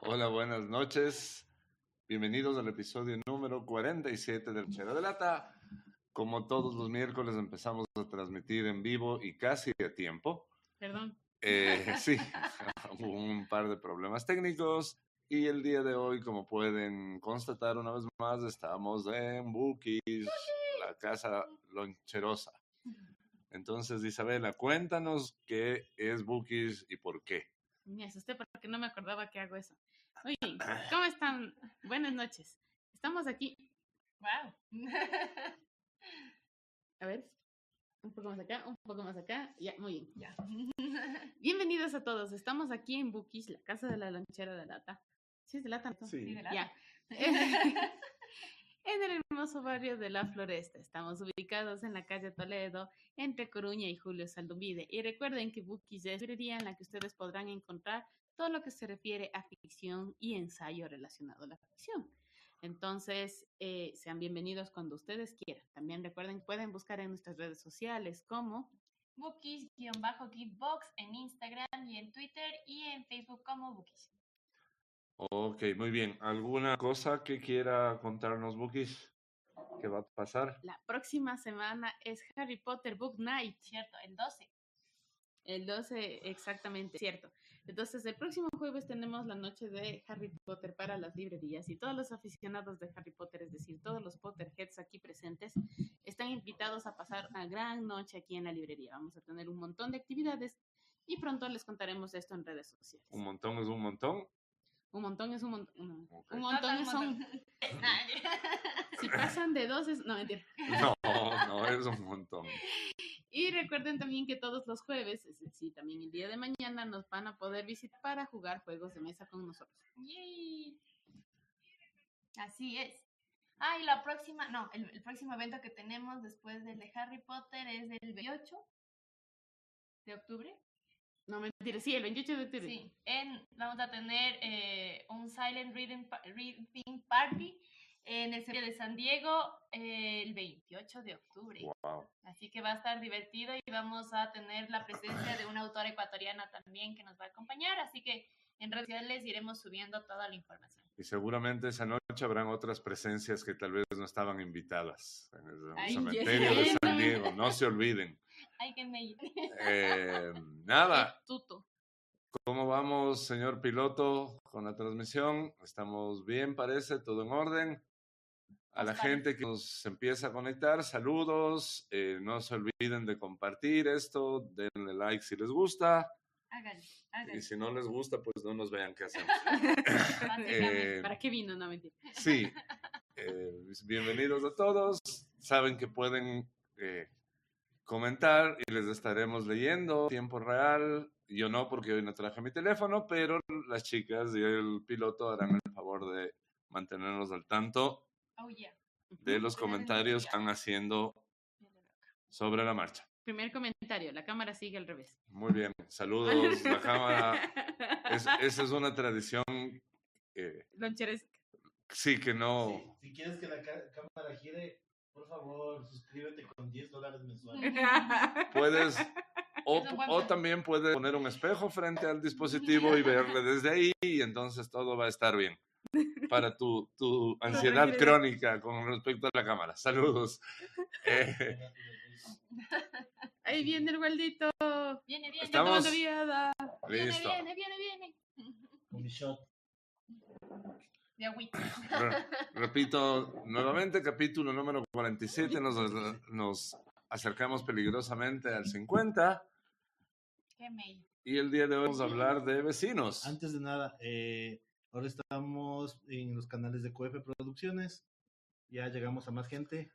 Hola, buenas noches. Bienvenidos al episodio número 47 del Chero de Lata. Como todos los miércoles empezamos a transmitir en vivo y casi a tiempo. Perdón. Eh, sí, hubo un par de problemas técnicos y el día de hoy, como pueden constatar una vez más, estamos en Bookies, la casa loncherosa. Entonces, Isabela, cuéntanos qué es Bookies y por qué. Me asusté porque no me acordaba que hago eso. Muy bien, ¿cómo están? Buenas noches. Estamos aquí. ¡Wow! A ver, un poco más acá, un poco más acá. Ya, muy bien. Ya. Bienvenidos a todos. Estamos aquí en Bookish, la casa de la lonchera de lata. ¿Sí es de lata? no? Sí. Dímela. Ya. en el hermoso barrio de La Floresta. Estamos ubicados en la calle Toledo, entre Coruña y Julio Saldumide. Y recuerden que Bookies es la librería en la que ustedes podrán encontrar todo lo que se refiere a ficción y ensayo relacionado a la ficción. Entonces, eh, sean bienvenidos cuando ustedes quieran. También recuerden, pueden buscar en nuestras redes sociales como Bookies-Kickbox en Instagram y en Twitter y en Facebook como Bookies. Ok, muy bien. ¿Alguna cosa que quiera contarnos, Bookies? ¿Qué va a pasar? la próxima semana es Harry Potter Book Night. Cierto, el 12. El 12, exactamente, cierto. Entonces, el próximo jueves tenemos la noche de Harry Potter para las librerías y todos los aficionados de Harry Potter, es decir, todos los Potterheads aquí presentes, están invitados a pasar una gran noche aquí en la librería. Vamos a tener un montón de actividades y pronto les contaremos esto en redes sociales. ¿Un montón es un montón? Un montón es un montón. no. Ok. Un montón No, es no, son. Si pasan de dos es. No, mentira. No, no es un montón. Y recuerden también que todos los jueves, es decir, también el día de mañana, nos van a poder visitar para jugar juegos de mesa con nosotros. Yay. Así es. Ah, y la próxima, no, el, el próximo evento que tenemos después del de Harry Potter es el 28 de octubre. No mentira, sí, el 28 de octubre. Sí, en- vamos a tener eh, un Silent reading, pa- reading Party en el centro de San Diego eh, el 28 de octubre. Wow. Así que va a estar divertido y vamos a tener la presencia de una autora ecuatoriana también que nos va a acompañar. Así que en redes sociales iremos subiendo toda la información. Y seguramente esa noche habrán otras presencias que tal vez no estaban invitadas en el Ay, cementerio de yes. San Diego. No se olviden. Hay que me Eh, nada, Es tuto. ¿cómo vamos, señor piloto, con la transmisión? ¿Estamos bien, parece? ¿Todo en orden? A la Nos parece. gente que nos empieza a conectar, saludos. Eh, no se olviden de compartir esto, denle like si les gusta. Háganlo, Y háganlo. si no les gusta, pues no nos vean qué hacemos. Ah, básicamente. Eh, ¿Para qué vino? No mentira. Sí, eh, bienvenidos a todos. Saben que pueden eh, comentar y les estaremos leyendo tiempo real. Yo no, porque hoy no traje mi teléfono, pero las chicas y el piloto harán el favor de mantenernos al tanto Oh, yeah. de los comentarios que están haciendo sobre la marcha. Primer comentario, la cámara sigue al revés. Muy bien, saludos, la cámara. Es- esa es una tradición, eh, Loncheres, sí, que no, Sí, Si quieres que la ca- cámara gire, por favor, suscríbete con 10 dólares mensuales. puedes o, Eso fue o mal. también puedes poner un espejo frente al dispositivo y verle desde ahí y entonces todo va a estar bien para tu, tu ansiedad tranquilidad. crónica con respecto a la cámara. Saludos. Eh, Ahí viene el gualdito. Oh, Viene, viene, Estamos- Está tomando viada. viene, listo. viene, viene, viene. Con mi shot. De agüita. Re- repito nuevamente, capítulo número 47, nos, nos acercamos peligrosamente al 50 Qué mail. y el día de hoy vamos a hablar de vecinos. Antes de nada, eh, ahora estamos en los canales de QF Producciones. Ya llegamos a más gente.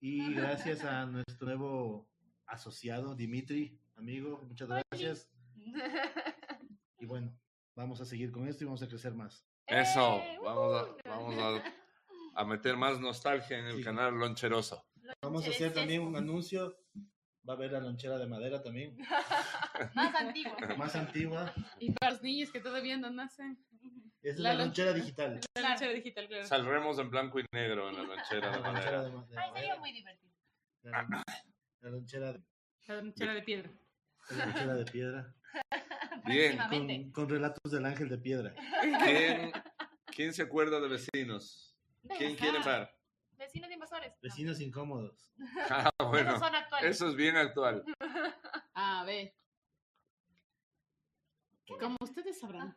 Y gracias a nuestro nuevo asociado, Dimitri, amigo, muchas gracias. Y bueno, vamos a seguir con esto y vamos a crecer más. Eso, ¡Eh! vamos ¡Ujú! uh. a, vamos a, a meter más nostalgia en el Sí. canal loncheroso. Vamos a hacer Loncheres también un anuncio. Va a haber la lonchera de madera también, Más antiguo. más antigua. Y para los niños que todavía no nacen. Esa es La la, lon- lonchera digital. La Claro. lonchera digital, claro. Saldremos en blanco y negro en la lonchera de La lonchera madera. de, ma- de Ay, sería madera. muy divertido. La, lon- la lonchera de, La lonchera de piedra. la lonchera de piedra. Bien. Próximamente. Con, con relatos del ángel de piedra. ¿Quién, quién se acuerda de vecinos? ¿Quién Venga. quiere par? Vecinos invasores. No, Vecinos incómodos. Ah, Esos bueno, son actuales. eso es bien actual. A ver. Como ustedes sabrán.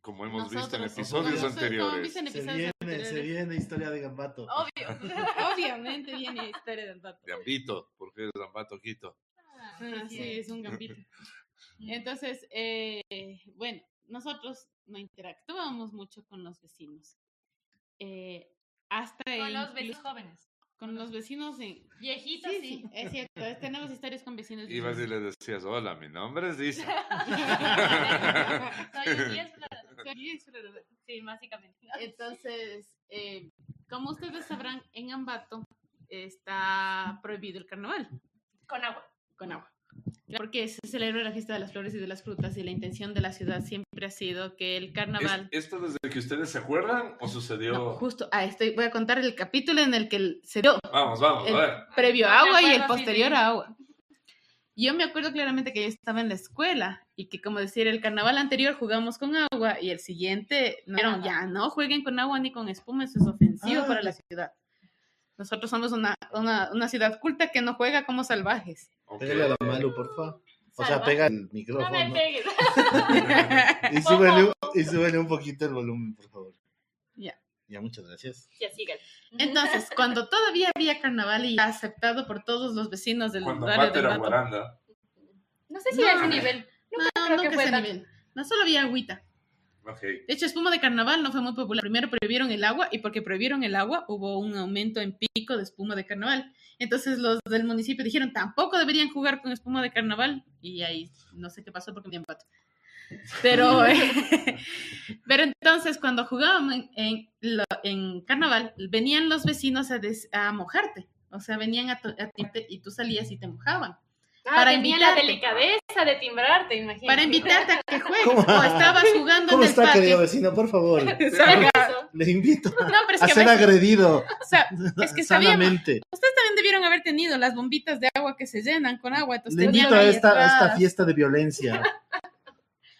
Como hemos visto en nosotros- episodios nosotros- como anteriores. viste en Se episodios viene, se anteriores, viene historia de Gambato. Obvio. Obviamente viene historia del pato. De Ambito, porque es Zambato Quito. Ah, Ah, sí, es un gambito. Entonces, eh, bueno, nosotros no interactuábamos mucho con los vecinos. Eh, hasta Con los incluso- vecinos jóvenes. con los vecinos en- Viejitos, Sí, sí. sí, es cierto. es- Tenemos historias con vecinos. Ibas y viejitos. le decías, hola, mi nombre es Isa. Soy un diez, pero- Sí, es verdad. Sí, básicamente. Entonces, eh, como ustedes sabrán, en Ambato está prohibido el carnaval Con agua. con agua. Porque se celebra la fiesta de las flores y de las frutas y la intención de la ciudad siempre ha sido que el ¿Es- carnaval... ¿Esto desde que ustedes se acuerdan o sucedió? No, justo, ah, estoy, voy a contar el capítulo en el que el- se dio Vamos, vamos, el a ver. previo No me agua y el acuerdo, Ah, sí, posterior sí. agua. Yo me acuerdo claramente que yo estaba en la escuela y que, como decir, el carnaval anterior jugamos con agua y el siguiente no dijeron, ya no jueguen con agua ni con espuma, eso es ofensivo Ah. para la ciudad. Nosotros somos una, una, una ciudad culta que no juega como salvajes. Ok. Pégale a la Malu, porfa. O sea, Salva. pega el No me micrófono. pegues. Y súbele, un- y súbele un poquito el volumen, por favor. Ya. Ya, muchas gracias. Ya sigan. Entonces, cuando todavía había carnaval y aceptado por todos los vecinos del Cuando barrio Pater del era Bato, Guaranda. No sé si a ese No. nivel. Nunca no, creo que nunca fue se tan- nivel. No solo había agüita. Ok. De hecho, espuma de carnaval no fue muy popular. Primero prohibieron el agua y porque prohibieron el agua hubo un aumento en pico de espuma de carnaval. Entonces los del municipio dijeron tampoco deberían jugar con espuma de carnaval y ahí no sé qué pasó porque me empató. Pero, eh, pero entonces cuando jugábamos en, en lo- en carnaval venían los vecinos a, des- a mojarte. O sea, venían a, to- a timbrarte y tú salías y te mojaban. Ah, Para tenía la invitarte. delicadeza de timbrarte, imagínate. Para invitarte a que juegues. ¿Cómo? O estabas jugando ¿Cómo en el está, querido patio. vecino? Por favor, Por eso. le invito No, pero es a que a ser veces- agredido o sea, es que sabíamos, sanamente. Ustedes también debieron haber tenido las bombitas de agua que se llenan con agua. Entonces Le invito tenían a ahí esta, a esta atrás. fiesta de violencia.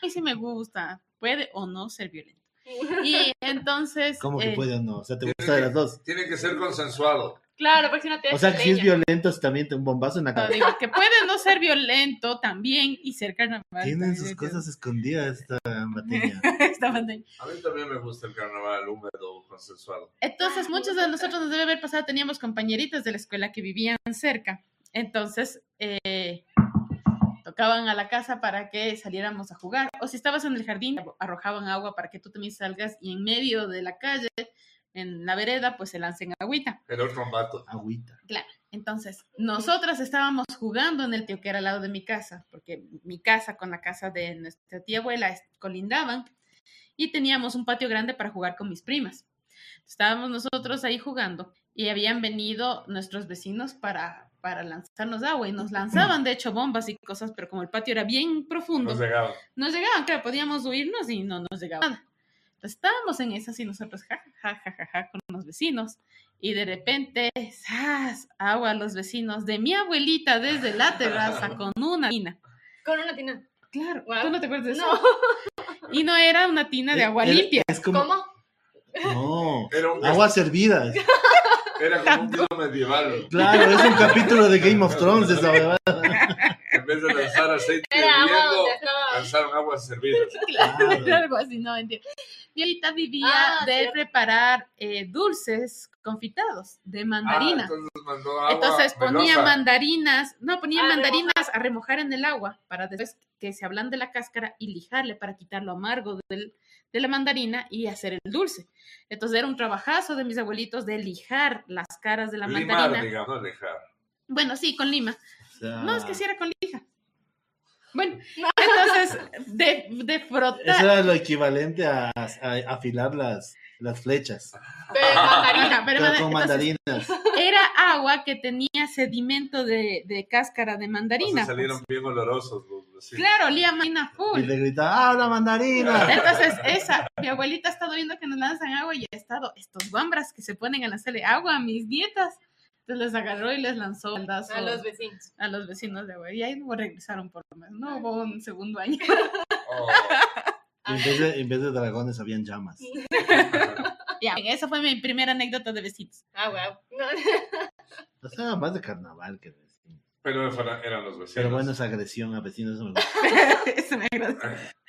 Ay, sí me gusta. Puede o no ser violento. Y entonces... ¿Cómo que eh, puede o no? O sea, te gusta de las dos. Tiene que ser consensuado. Claro, porque si no te O das sea, que si es leña. violento, es también un bombazo en la no, cabeza. digo, que puede no ser violento también y ser carnaval. Tienen también sus es cosas escondidas esta materia. cierto. Esta pandemia. A mí también me gusta el carnaval húmedo, consensuado. Entonces, muchos de nosotros nos debe haber pasado, teníamos compañeritas de la escuela que vivían cerca. Entonces, eh, tocaban a la casa para que saliéramos a jugar. O si estabas en el jardín, arrojaban agua para que tú también salgas y en medio de la calle, en la vereda, pues se lancen agüita. Era otro vato. Agüita. Entonces, nosotras estábamos jugando en el tío que era al lado de mi casa, porque mi casa con la casa de nuestra tía abuela es- colindaban y teníamos un patio grande para jugar con mis primas. Estábamos nosotros ahí jugando y habían venido nuestros vecinos para, para lanzarnos agua y nos lanzaban de hecho bombas y cosas, pero como el patio era bien profundo, Nos llegaba. nos llegaban, claro, podíamos huirnos y no nos llegaban. nada. Entonces, estábamos en esas y nosotros ja, ja, ja, ja, ja, con los vecinos. Y de repente, ¡zas! agua a los vecinos de mi abuelita desde la terraza con una tina. Con una tina. Claro, Guau. ¿tú no te acuerdas de eso? No. Y no era una tina de agua Era- limpia. Eh, Es como. ¿Cómo? No. Era, un, Aguas hervidas. era como un tío medieval. Claro, es un capítulo de Game of Thrones esa verdad. En vez de lanzar aceite Era agua hirviendo, donde estaba. lanzaron Ah, aguas servidas. Claro, Claro. era algo así, no mentira. Mi abuelita vivía Ah, de cierto. preparar eh, dulces confitados de Ah, mandarina. entonces mandó agua Entonces ponía melosa. mandarinas, no, ponía Ah, mandarinas a remojar en el agua para después que se ablande la cáscara y lijarle para quitar lo amargo del- de la mandarina y hacer el dulce. Entonces era un trabajazo de mis abuelitos de lijar las caras de la Limar, mandarina. digamos, no dejar. Bueno, sí, con lima. O sea, Ah. No, es que sí era con lija. Bueno, entonces de, de Eso frotar. era lo equivalente a, a afilar las, las flechas. Pero en mandarina. Ajá, pero Pero con entonces, mandarinas. era agua que tenía sedimento de, de cáscara de O mandarina. sea, salieron bien olorosos los pues. vecinos. Claro, olía a mandarina Y full. le gritaba, ¡habla mandarina! Entonces, esa, mi abuelita ha estado viendo que nos lanzan agua y ha estado estos guambras que se ponen a lanzarle agua a mis nietas. Entonces les agarró y les lanzó baldazo A los vecinos. a los vecinos de agua. Y ahí no regresaron por lo menos. No hubo un segundo año. Oh. En vez, de, en vez de dragones habían llamas. Ya, esa fue mi primera anécdota de vecinos. Ah, wow. No, O sea, más de carnaval que de vecinos. Pero fuera- eran los vecinos. Pero bueno, esa agresión a vecinos eso me gusta. Eso me agradó. Agresión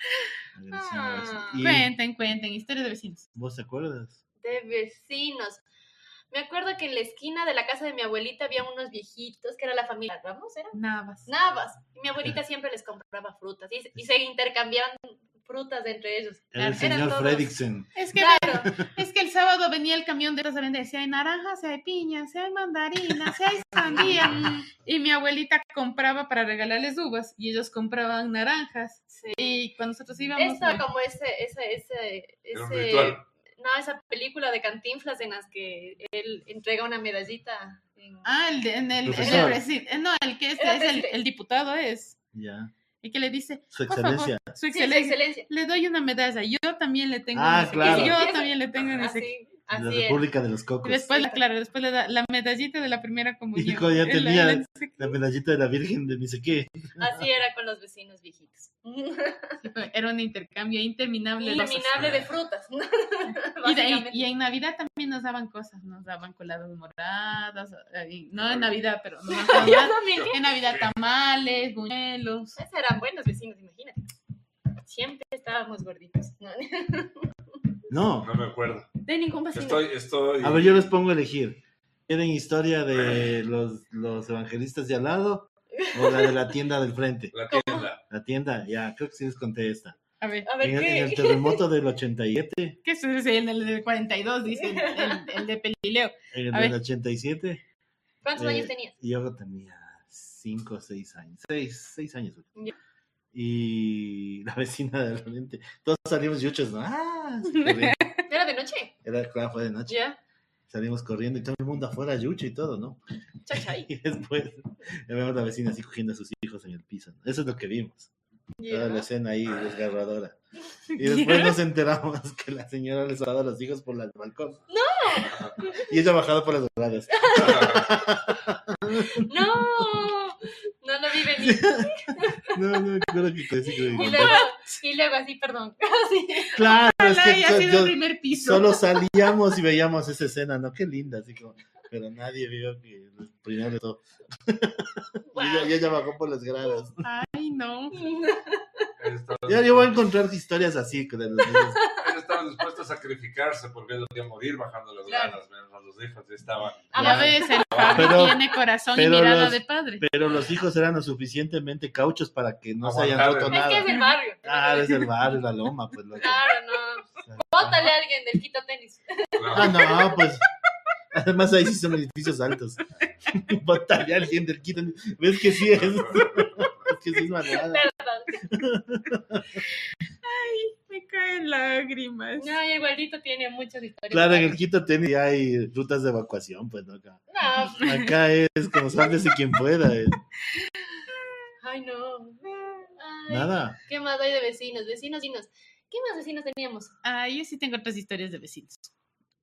a Ah, vecinos. Y Cuenten, cuenten, historias de vecinos. vos te acuerdas? de vecinos. Me acuerdo que en la esquina de la casa de mi abuelita había unos viejitos que era la familia ¿eh? Ramos, ¿era? Navas. Navas. Y mi abuelita Eh. siempre les compraba frutas y, y se intercambiaban frutas entre ellos. Era el Eran señor todos- Fredricksen. Es que, Claro, es que el sábado venía el camión de las ventas. Si hay naranjas, si hay piñas, si hay mandarinas, si hay sandía. Y mi abuelita compraba para regalarles uvas y ellos compraban naranjas. Y cuando nosotros íbamos... eh, esto como ese, ese, ese, Era un ese- ritual. no, esa película de Cantinflas en las que él entrega una medallita. en- Ah, el de- en el, en el Profesor. presi- eh, No, el que es, Era es el, este. el diputado es. Ya. Y que le dice, Su por favor, excelencia. su Sí, su excelencia. excelencia. Le doy una medalla. Yo también le tengo. Ah, no sé qué, claro. Yo también le tengo. Ah, no sé qué. Así, la así es. República de los Y Cocos. después, la- claro, después le da la medallita de la primera comunión. Hijo, ya La- tenía- la- no sé La medallita de la Virgen de ni sé qué. Así era con los vecinos viejitos. qué, fue- Era un intercambio interminable. de cosas. Iluminable de frutas. Y, de ahí- Básicamente. y en Navidad también nos daban cosas. Nos daban coladas moradas. eh, No en Navidad, pero nos daban Yo coladas. también, ¿qué? En Navidad tamales, buñuelos. Esos eran buenos vecinos, imagínate. Siempre estábamos gorditos. No, No. No me acuerdo. De ningún vecino. Estoy, estoy. A ver, yo les pongo a elegir. ¿Quieren historia de los, los evangelistas de al lado o la de la tienda del frente? La tienda. La tienda, ya, creo que sí les conté esta. A ver, A ver, En el, en el ¿qué? terremoto del 87, ¿qué sucede? El del 42, dice el, el- el de Pelileo. en el A del ver. 87, ¿Cuántos Eh, años tenías? yo tenía 5 o 6 años. 6, 6 años. güey. Ya. Y la vecina del frente, todos salimos yuchos, ¿no? ¡Ah! súper bien. ¿Era de noche? Era, claro, fue de noche. Ya. Salimos corriendo y todo el mundo afuera, yucho y todo, ¿no? Chachay. Y después ya vemos la vecina así cogiendo a sus hijos en el piso. ¿no? Eso es lo que vimos. Toda la escena ahí desgarradora. Y después nos enteramos que la señora les ha dado a los hijos por la- el balcón. ¡No! Y ella ha bajado por las gradas. No, no lo vi venir. No, no, creo que te sí creo que- Y luego, y luego así, perdón. Así. Claro, es Ojalá que haya so- sido el yo- primer piso. solo salíamos y veíamos esa escena, ¿no? Qué linda, así como. Pero nadie vio que primero de todo. Y ella, y ella bajó por las gradas. Ay, no. Estaban Ya yo voy a encontrar historias así que de los niños. estaban dispuestos a sacrificarse porque él podía morir bajando las Claro. ganas. menos a los hijos ya estaban. Ya ves, el Ah, Fabi Pero- tiene corazón y pero mirada los- de padre. Pero los hijos eran lo suficientemente cauchos para que no se hayan Aguantar, roto ¿eh? Es que es Ah. nada. del barrio. Ah, desde el bar, la loma, pues loco. Claro, no. Bótale a alguien del quita tenis. Ah, Claro. no, pues. Además ahí sí son edificios altos. Batalla a alguien del quito. ¿Ves que sí es? Es que sí es malvada. Perdón. Me caen lágrimas. No, igualito tiene muchas historias. Claro, en el Quito tenis ya hay rutas de evacuación, pues no acá. No, Acá es como sálvese quien pueda. eh. Ay, no. Ay, Nada. ¿Qué más hay de vecinos? Vecinos, vecinos. ¿Qué más vecinos teníamos? Ah, yo sí tengo otras historias de vecinos.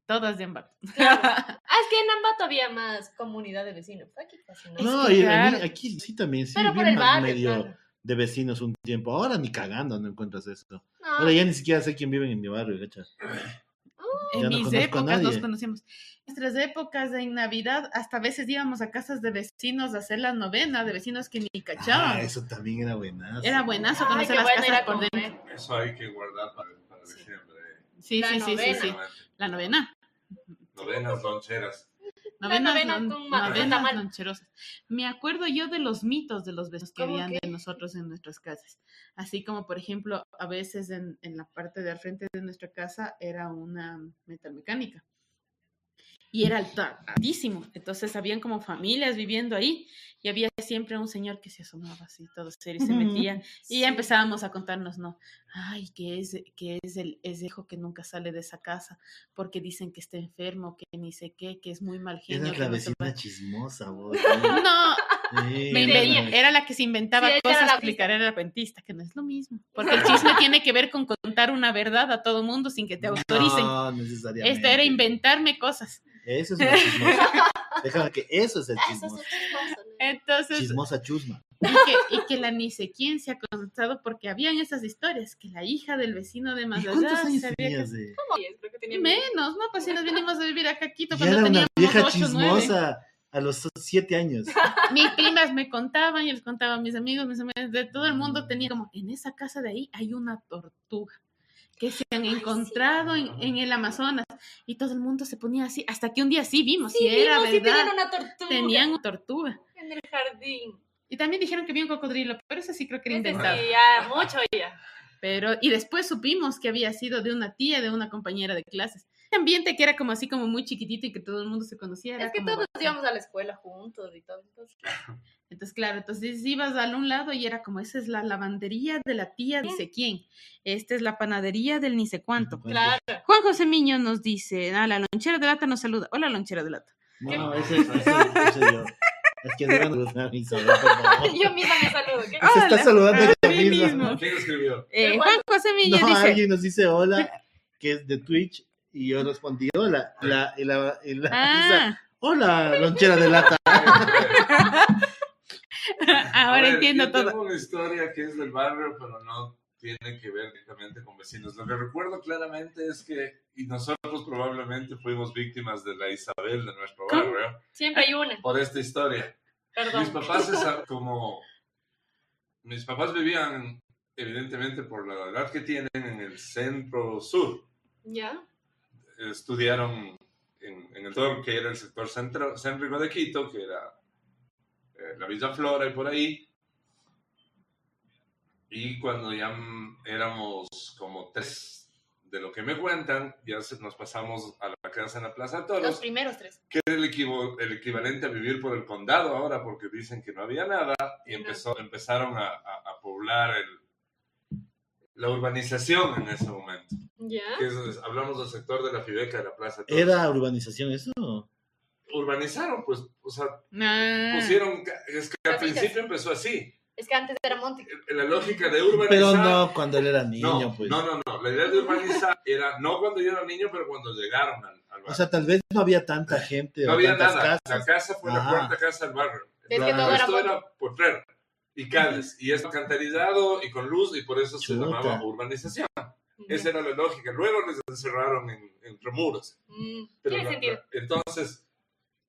Todas de Ambato. Ah, es que en Ambato había más comunidad de vecinos. Aquí casi no. No, que y a mí- claro. aquí sí también, sí. Pero por vi el más barrio, medio claro. de vecinos un tiempo. Ahora ni cagando no encuentras eso. Ah. No, Ahora ya ni siquiera sé quién vive en mi barrio, gacha. En Ya no mis conozco a épocas nos nadie. conocimos. Nuestras épocas en Navidad, hasta a veces íbamos a casas de vecinos a hacer la novena, de vecinos que ni Ah, cachaban. eso también era buenazo. Era buenazo Ay, conocer qué las bueno ir casas a por comer. dentro. Eso hay que guardar para, para diciembre. ¿eh? Sí, La sí, sí, sí, sí. novena. La novena. Novenas loncheras. Novenas, novena lon- con ma- novenas tamal. loncherosas. Me acuerdo yo de los mitos de los besos que ¿Cómo habían qué? de nosotros en nuestras casas. Así como, por ejemplo, a veces en, en la parte de al frente de nuestra casa era una metalmecánica. Y era alta- altísimo. Entonces habían como familias viviendo ahí. Y había siempre un señor que se asomaba así, todo serio, y se Ujú. metía. Y ya Sí. empezábamos a contarnos, ¿no? Ay, que es, que es el ese hijo que nunca sale de esa casa porque dicen que está enfermo, que ni sé qué, que es muy mal genio. Eras que la no se vecina puede- chismosa, vos. No, Sí, me eh, era- inven- era la que se inventaba Sí, ella era cosas la para explicar, era la cuentista, que no es lo mismo. Porque el chisme tiene que ver con contar una verdad a todo mundo sin que te autoricen. No, necesariamente. Esta era inventarme cosas. Eso es una chismosa. Déjame que eso es el Eso es chismoso. un chismoso, ¿no? Entonces, Chismosa chusma. y que, y que la ni sé quién se ha contado porque habían esas historias, que la hija del vecino de ¿Y más cuántos allá años se había tenías de.? Sí, creo que tenía Menos, ¿no? Pues si nos vinimos a vivir acá a Quito Ya cuando era una teníamos vieja 8 9. chismosa a los siete años. Mis primas me contaban y les contaban a mis amigos, mis amigas, de todo el mundo tenía como, en esa casa de ahí hay una tortuga que se han encontrado en, en el Amazonas y todo el mundo se ponía así, hasta que un día sí vimos, si era vimos, sí verdad, tenían una tortuga tenían una tortuga. en el jardín. Y también dijeron que había un cocodrilo, pero eso sí creo que era Ese inventado. Sí, ya, mucho ya. Pero, y después supimos que había sido de una tía, de una compañera de clases. Ese ambiente que era como así como muy chiquitito y que todo el mundo se conocía. era Es que como todos bacán. íbamos a la escuela juntos y todo. Entonces, Entonces, claro, entonces ibas al un lado y era como, esa es la lavandería de la tía, dice quién. Esta es la panadería del ni sé cuánto. claro. Juan José Miño nos dice, ah, la lonchera de lata nos saluda. Hola, lonchera de lata. No, ese, ese, ese yo. Es que deben usar mi saludo, por favor. Yo misma me saludo. ¿qué? Se está Hola, saludando a ella mí misma. mismo. ¿Quién escribió? Eh, Pero Juan José Miño No, dice, alguien nos dice hola, que es de Twitch, y yo respondí hola. La, y la, y la ah, hola, lonchera de lata. A ahora ver, entiendo yo todo. Tengo una historia que es del barrio, pero no tiene que ver directamente con vecinos. Lo que recuerdo claramente es que, y nosotros probablemente fuimos víctimas de la Isabel de nuestro ¿Cómo? barrio Siempre hay una. por esta historia. Mis Perdón. papás, se sab- como. Mis papás vivían, evidentemente, por la edad que tienen, en el centro sur ¿Ya? estudiaron en, en el sector que era el sector centro, céntrico de Quito, que era eh, la Villa Flora y por ahí. Y cuando ya mm, éramos como tres de lo que me cuentan, ya se- nos pasamos a la casa en la Plaza Los Toros, primeros tres. que era el, equivo- el equivalente a vivir por el condado ahora, porque dicen que no había nada, y empezó, empezaron a, a- a poblar el- la urbanización en ese momento ¿Ya? que es- hablamos del sector de la Fideca de la Plaza. Toros. ¿Era urbanización eso? Urbanizaron, pues, o sea, Ah, pusieron, ca- es que al Casitas. principio empezó así. Es que antes era Monte. La lógica de urbanizar. Pero no cuando él era no, niño, pues. no, no, no. La idea de urbanizar era no cuando yo era niño, pero cuando llegaron al, al barrio. O sea, tal vez no había tanta gente no o había tantas nada. casas. La casa fue Ajá. la cuarta casa del barrio. Es que todo El era resto monte. era potrero y calles. Y es alcantarillado y con luz, y por eso se Chuta. llamaba urbanización. Esa era la lógica. Luego les encerraron en, entre muros. Mm, Pero Tiene la- sentido. la- entonces,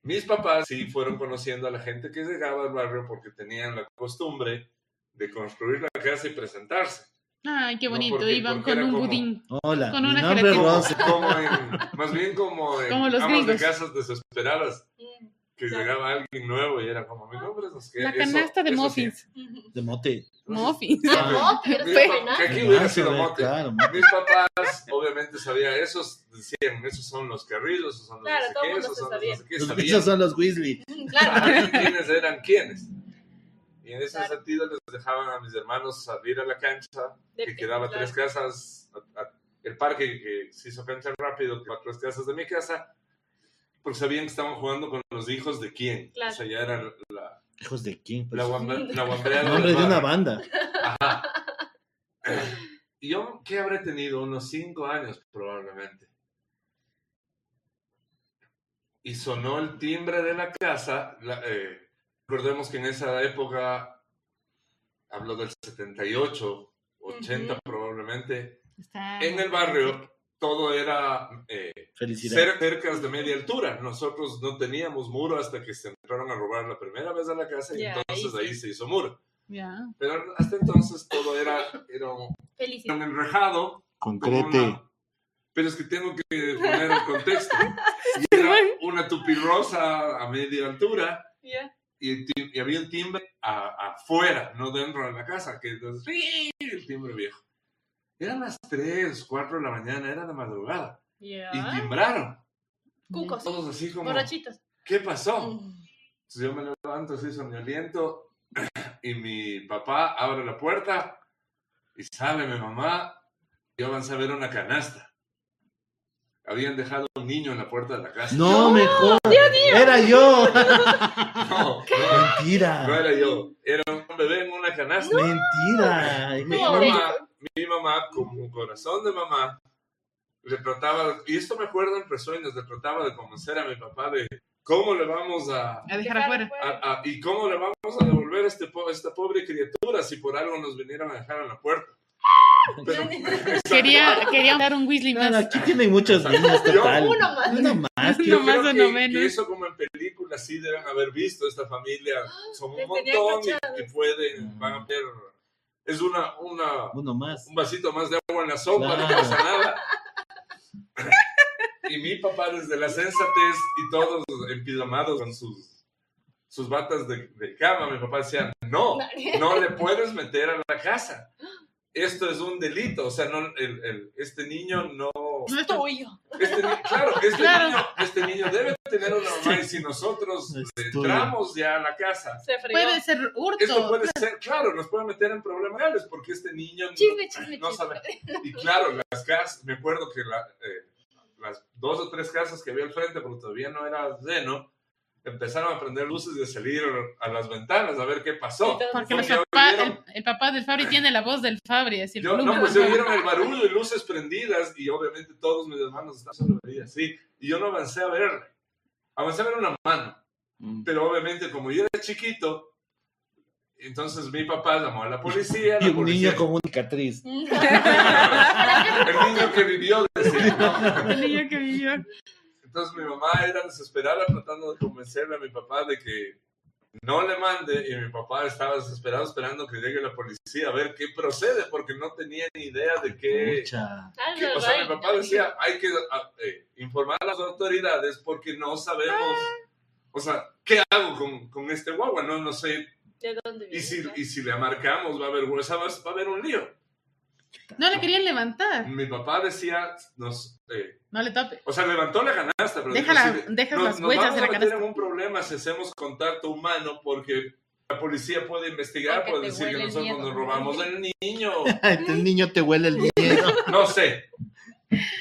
mis papás sí fueron conociendo a la gente que llegaba al barrio porque tenían la costumbre de construir la casa y presentarse. Ay, qué No, bonito, porque- iban porque con era un como- budín. Hola, Con mi una nombre es gelatina. Como, Rosa. como en- más bien como en Como los amas de gringos. casas desesperadas, Mm, que Claro. llegaba alguien nuevo y era como, mi nombre es no sé qué". La e, Eso- canasta de eso sí. muffins. mm. De mote. Entonces, Muffins. Fue- Ah, no, pero mi es pa- penal. que aquí hubiera Claro, sido mote. Claro, mote. Mis papás obviamente sabían, esos decían, esos son los carrillos, esos son los Claro, no sé todo qué, mundo esos se son los no sabía. sé qué, Los sabían. bichos son los Weasley. Mm, sabían Claro. quiénes eran quiénes. Y en ese Claro. sentido les dejaban a mis hermanos salir a la cancha, De que pie, quedaba claro. tres casas, a- a- el parque que se hizo cancha rápido, que a tres casas de mi casa, porque sabían que estaban jugando con los hijos de quién. Claro. O sea, ya era la, Hijos de quién, pues. la, guambe- la guambeada Nombre de del una barrio. banda. Y yo, ¿qué habré tenido? Unos cinco años probablemente. Y sonó el timbre de la casa. la- eh, recordemos que en esa época, hablo del 78, 80 Ujú. probablemente, Está- en el barrio todo era eh, Felicidad. cer- cercas de media altura. Nosotros no teníamos muro hasta que se entraron a robar la primera vez a la casa y Ya, ahí entonces sí. ahí se hizo muro. Ya. Pero hasta entonces todo era, era un Felicidades. un enrejado como Concrete. una- Pero es que tengo que poner el contexto. Y era una tupirrosa a media altura Ya. y, el tim- y había el timbre a- afuera, no dentro de la casa, que entonces, ¡ring! el timbre viejo. Eran las 3, 4 de la mañana, era de madrugada. Y Ya. timbraron. Cucos. Todos así como, Borrachitos. ¿qué pasó? Mm. Entonces yo me levanto así somnoliento y mi papá abre la puerta y sale mi mamá. Yo avancé a ver una canasta. Habían dejado un niño en la puerta de la casa. No, mejor. Era yo. no, no, no Mentira. era yo. Era un bebé en una canasta. Mentira. Mi, No. mamá, mi mamá, con un corazón de mamá, le trataba, y esto me acuerdo en Presueños, le trataba de convencer a mi papá de cómo le vamos a, A dejar afuera. a- a- Ah, y cómo le vamos a devolver a este po- esta pobre criatura si por algo nos vinieron a dejar en la puerta. Pero, Quería, quería dar un Weasley Claro, más. aquí tienen muchos niños, total. Uno más. Uno más. Uno yo más creo o que- no menos. que eso como en películas sí deben haber visto esta familia. Son un Les tenían montón y, y pueden, van a ver. Es una, una, Uno más. un vasito más de agua en la sopa, no Claro. pasa nada. Y mi papá desde la sensatez y todos empidamados con sus, sus batas de, de cama, mi papá decía, no, no le puedes meter a la casa. Esto es un delito, o sea, no, el- el- este niño no... No es tuyo. Este, ni- claro, este, Claro. Niño, este niño debe tener una mamá y si nosotros Es tuyo. entramos ya a la casa, Se fregó. Puede ser esto hurto. puede ser, claro, nos puede meter en problemas reales porque este niño no- Chisme, chisme, no chisme. sabe. Y claro, las casas, me acuerdo que la- eh, las dos o tres casas que había al frente, porque todavía no era lleno, empezaron a prender luces y a salir a las ventanas a ver qué pasó. Entonces, Porque los Porque papá- oyeron- el, el papá del Fabri tiene la voz del Fabri, así el Yo, pluma. no, pues yo vieron el barullo y luces prendidas y obviamente todos mis hermanos estaban sobre mí, así. Y yo no avancé a verle. Avancé a ver una mano. Pero obviamente como yo era chiquito, entonces mi papá llamó a la policía. Y la un policía- niño con una cicatriz. El niño que vivió, decía, ¿no? El niño que vivió. Entonces mi mamá era desesperada tratando de convencerle a mi papá de que no le mande y mi papá estaba desesperado esperando que llegue la policía a ver qué procede porque no tenía ni idea de qué... Mucha. Ah, qué- o sea, mi papá decía, hay que a- eh, informar a las autoridades porque no sabemos, Ah. o sea, ¿qué hago con, con este guagua? No, no sé. ¿De dónde Y viene? si, y si le marcamos, va a haber, huesa, va a- va a haber un lío. No le querían levantar. Mi papá decía, nos, eh, No le tope. o sea, levantó la canasta, pero dijo Déjala, así de, dejas "Nos- las nos huellas vamos de la a meter canasta. en un problema si hacemos contacto humano porque la policía puede investigar, Porque puede te decir que huele el nosotros miedo. nos robamos del niño, Este niño te huele el miedo. no sé.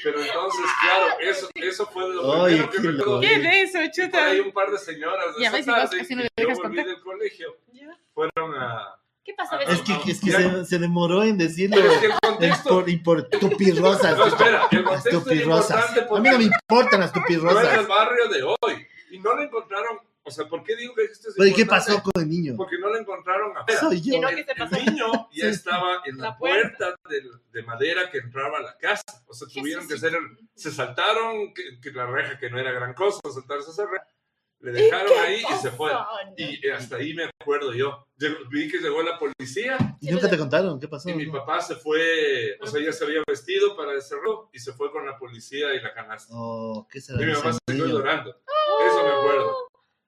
Pero entonces, Ah, claro, eso, eso fue lo Ay, primero que qué me acuerdo. loco. ¿Qué es eso, Por chuta? ahí un par de señoras de Ya esa ves, y vos tarde casi no que le yo dejas volví contar. del colegio Ya. fueron a... ¿Qué pasa? Ah, Beto? Es que, es que se, se demoró en decirlo. Es que el Es contexto... por, y por tupirrosas. No, espera, el contexto es Tupirrosas. importante A mí porque no me importan las no era el tupirrosas. barrio de hoy. Y no le encontraron... O sea, ¿por qué digo que esto es Oye, ¿qué importante? pasó con el niño? Porque no la encontraron afuera. Soy yo. Sino que se pasó. El niño ya Sí. estaba en la, La puerta, del- de, madera que entraba a la casa. O sea, tuvieron que hacer. el- se saltaron que, que la reja, que no era gran cosa, saltarse esa reja. Le dejaron ahí y se fueron. Y hasta ahí me acuerdo yo. Llegó- vi que llegó la policía ¿Y nunca te contaron qué pasó? y mi no? papá se fue. O sea, ya se había vestido para el cerro y se fue con la policía y la canasta. Oh, ¿qué será Y mi de mamá ese se quedó niño? llorando. Eso me acuerdo.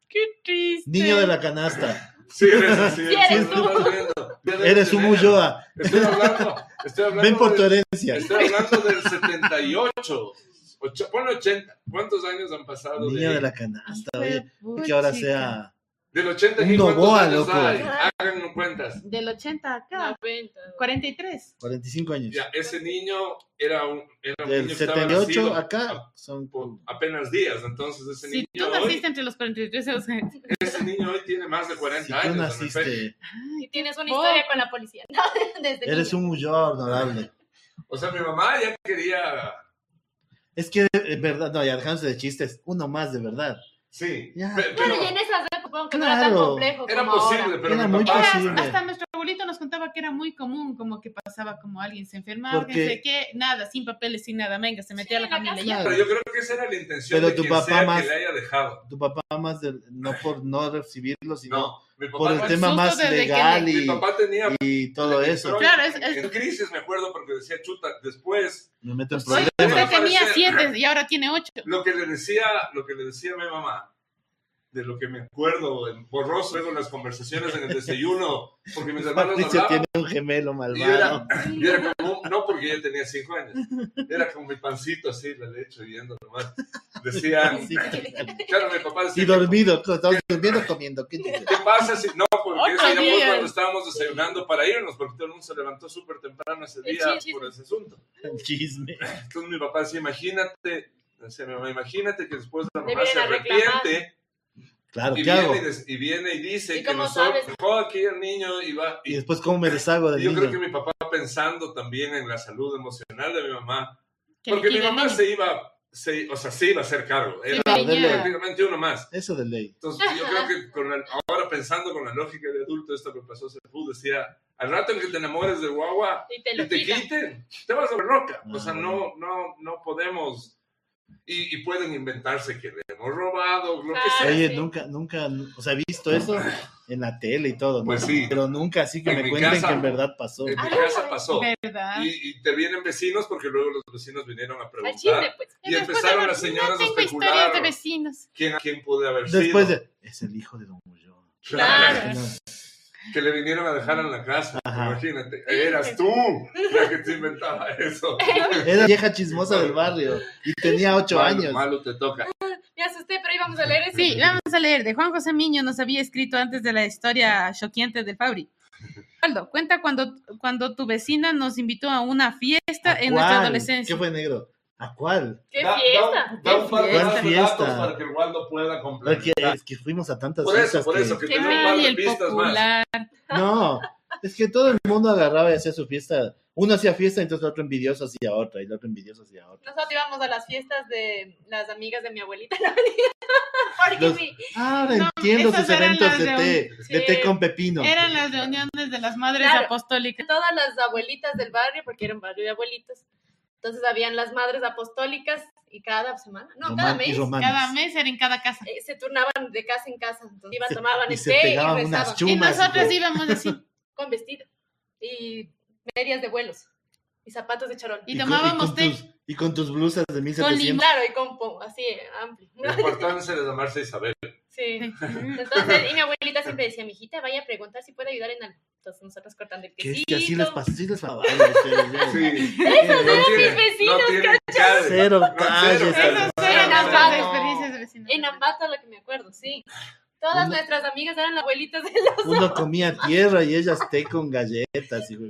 Qué triste. Niño de la canasta. Sí, eres así. Sí, eres estás tú. viendo. Ya debes Eres de un ver. Ulloa. Estoy hablando. Estoy hablando Ven por de- tu herencia. Estoy hablando del 78. Ocho, bueno, 80. ¿Cuántos años han pasado? de Niño ahí? de la canasta, Hijo de oye. puta, Que ahora chica. sea. Del 80 Un y cuántos Novoa, años loco. hay. Hagan cuentas. Del 80 acá. No, venta. 43. 45 años. Ya, ese niño era un, era un niño Del que estaba 78 nacido acá son por apenas días. Entonces, ese Si tú niño hoy, naciste entre los 43 y los 40. ese niño hoy tiene más de 40 Si años. tú don Efe. naciste, Y tienes una Por- historia con la policía. No, desde eres niño. un Ulloa honorable. O sea, mi mamá ya quería. Es que, en verdad, no, ya dejándose de chistes, uno más de verdad. Sí. Ya. pe- pero Bueno, y en esas épocas, aunque no era tan Claro. complejo. era como posible, ahora. pero Era mi muy papá. posible. Era- hasta nuestro abuelito nos contaba que era muy común, como que pasaba como alguien se enfermaba, Porque- que sé qué, nada, sin papeles, sin nada, venga, se metía Sí, a la en la familia casa. ya. Pero yo creo que esa era la intención Pero de tu quien papá sea más- que le haya dejado. Tu papá más, del- no por no recibirlo, sino No, mi papá, por el más- tema susto más desde que legal mi y, papá tenía y todo eso. Entró Claro, en- es- es- En crisis me acuerdo porque decía, chuta, después, Me meto en Oye, problemas. usted tenía Parecer- 7 y ahora tiene 8. lo que le decía, lo que le decía a mi mamá, de lo que me acuerdo, en borroso, luego en las conversaciones en el desayuno, porque mis hermanos Patricia hablaban, tiene un gemelo y yo era- malvado. yo era como, un- no porque yo tenía cinco años, era como mi pancito así, la leche yendo nomás. Decían, Sí. claro, mi papá decía, Y dormido, co- estamos durmiendo, comiendo. ¿qué dices? ¿qué pasa si no? Porque Otro eso ya fue día. cuando estábamos desayunando para irnos, porque todo el mundo se levantó súper temprano ese Sí, día sí, sí. por ese asunto. El chisme. Entonces mi papá decía, imagínate, decía mi mamá, imagínate que después la Le mamá se vienen a reclamar. arrepiente Claro, y Ah, ¿qué hago? viene, y des- y viene y dice ¿Y que cómo nosotros sabes? dejó aquí el niño y va. Y Y, después, ¿cómo me deshago y del yo creo que niño? mi papá pensando también en la salud emocional de mi mamá, Que le Porque mi quiten mamá el- se iba, se, o sea, se iba a hacer cargo. Era venía. prácticamente uno más. Eso de ley. Entonces, yo creo que con la- ahora pensando con la lógica de adulto, esto que pasó se pudo, decía, al rato en que te enamores de guagua Y te y lo te quitan. quiten, te vas a ver loca. O Ah, sea, bueno. no, no, no podemos. Y, y pueden inventarse que le hemos robado, lo que Ah, sea. Oye, sí. nunca, nunca, o sea, he visto eso en la tele y todo, ¿no? Pues sí. Pero nunca así que En me mi cuenten casa- que en verdad pasó. En mi Ah, casa pasó. ¿Verdad? Y, y te vienen vecinos porque luego los vecinos vinieron a Al chisme, preguntar pues. y Después de empezaron ver- las señoras a no tengo historias de especular vecinos. quién, quién pudo haber sido. Después de, es el hijo de Don Mullón. Claro. Claro. que le vinieron a dejar en la casa. Ajá. Imagínate, eras tú la que te inventaba eso. Era vieja chismosa del barrio y tenía ocho Malo, años. Malo te toca. Me asusté, pero íbamos a leer eso. Sí, vamos a leer. De Juan José Miño nos había escrito antes de la historia choqueante del Fabri. Aldo, cuenta cuando, cuando tu vecina nos invitó a una fiesta ¿A en nuestra cuál? adolescencia. ¿Qué fue negro? ¿A cuál? ¡Qué Da- da fiesta! un- Da, un par de Fiesta. datos Fiesta. para que el Waldo pueda Porque complementar. es que fuimos a tantas Por eso, fiestas por que- eso, que Qué te dé un par Ay, de el pistas más. popular. No, es que todo el mundo agarraba y hacía su fiesta. Uno hacía fiesta, entonces el otro envidioso hacía otra, y el otro envidioso hacía otra. Nosotros íbamos a las fiestas de las amigas de mi abuelita. ¿no? Porque Los- mi- Ah, Ahora No, entiendo esas sus eran eventos las de de té, un- de té Sí. con pepino. Eran las reuniones de las madres Claro. apostólicas. todas las abuelitas del barrio, porque era un barrio de abuelitas. Entonces habían las madres apostólicas y cada semana, no, cada Román- y mes, romanos. Cada mes era en cada casa. eh, se turnaban de casa en casa. Entonces iban, Se- tomaban y el se té y pegaban rezaban unas Y chumas, nosotros hijo. íbamos así. con vestido y medias de vuelos y zapatos de charol. Y con- tomábamos con té. tus- y con tus blusas de Con 1700. claro, y con po- así eh, amplio. ¿no? La importancia de llamarse Isabel. Sí. Entonces, y mi abuelita siempre decía, mijita, vaya a preguntar si puede ayudar en algo. Entonces nosotros cortando el Que es quesito. que así les pasó, así les pasó. Ay, ustedes, ya. Sí. Cero No tiene- vecinos, no tiene calle. Cero No, calles. cero. Esas eran Era nuestras raro. experiencias de vecinos. En Ambato, lo que me acuerdo, sí. Ah, Todas Uno- nuestras amigas eran las abuelitas de los... Uno comía tierra y ellas té con galletas, hijo.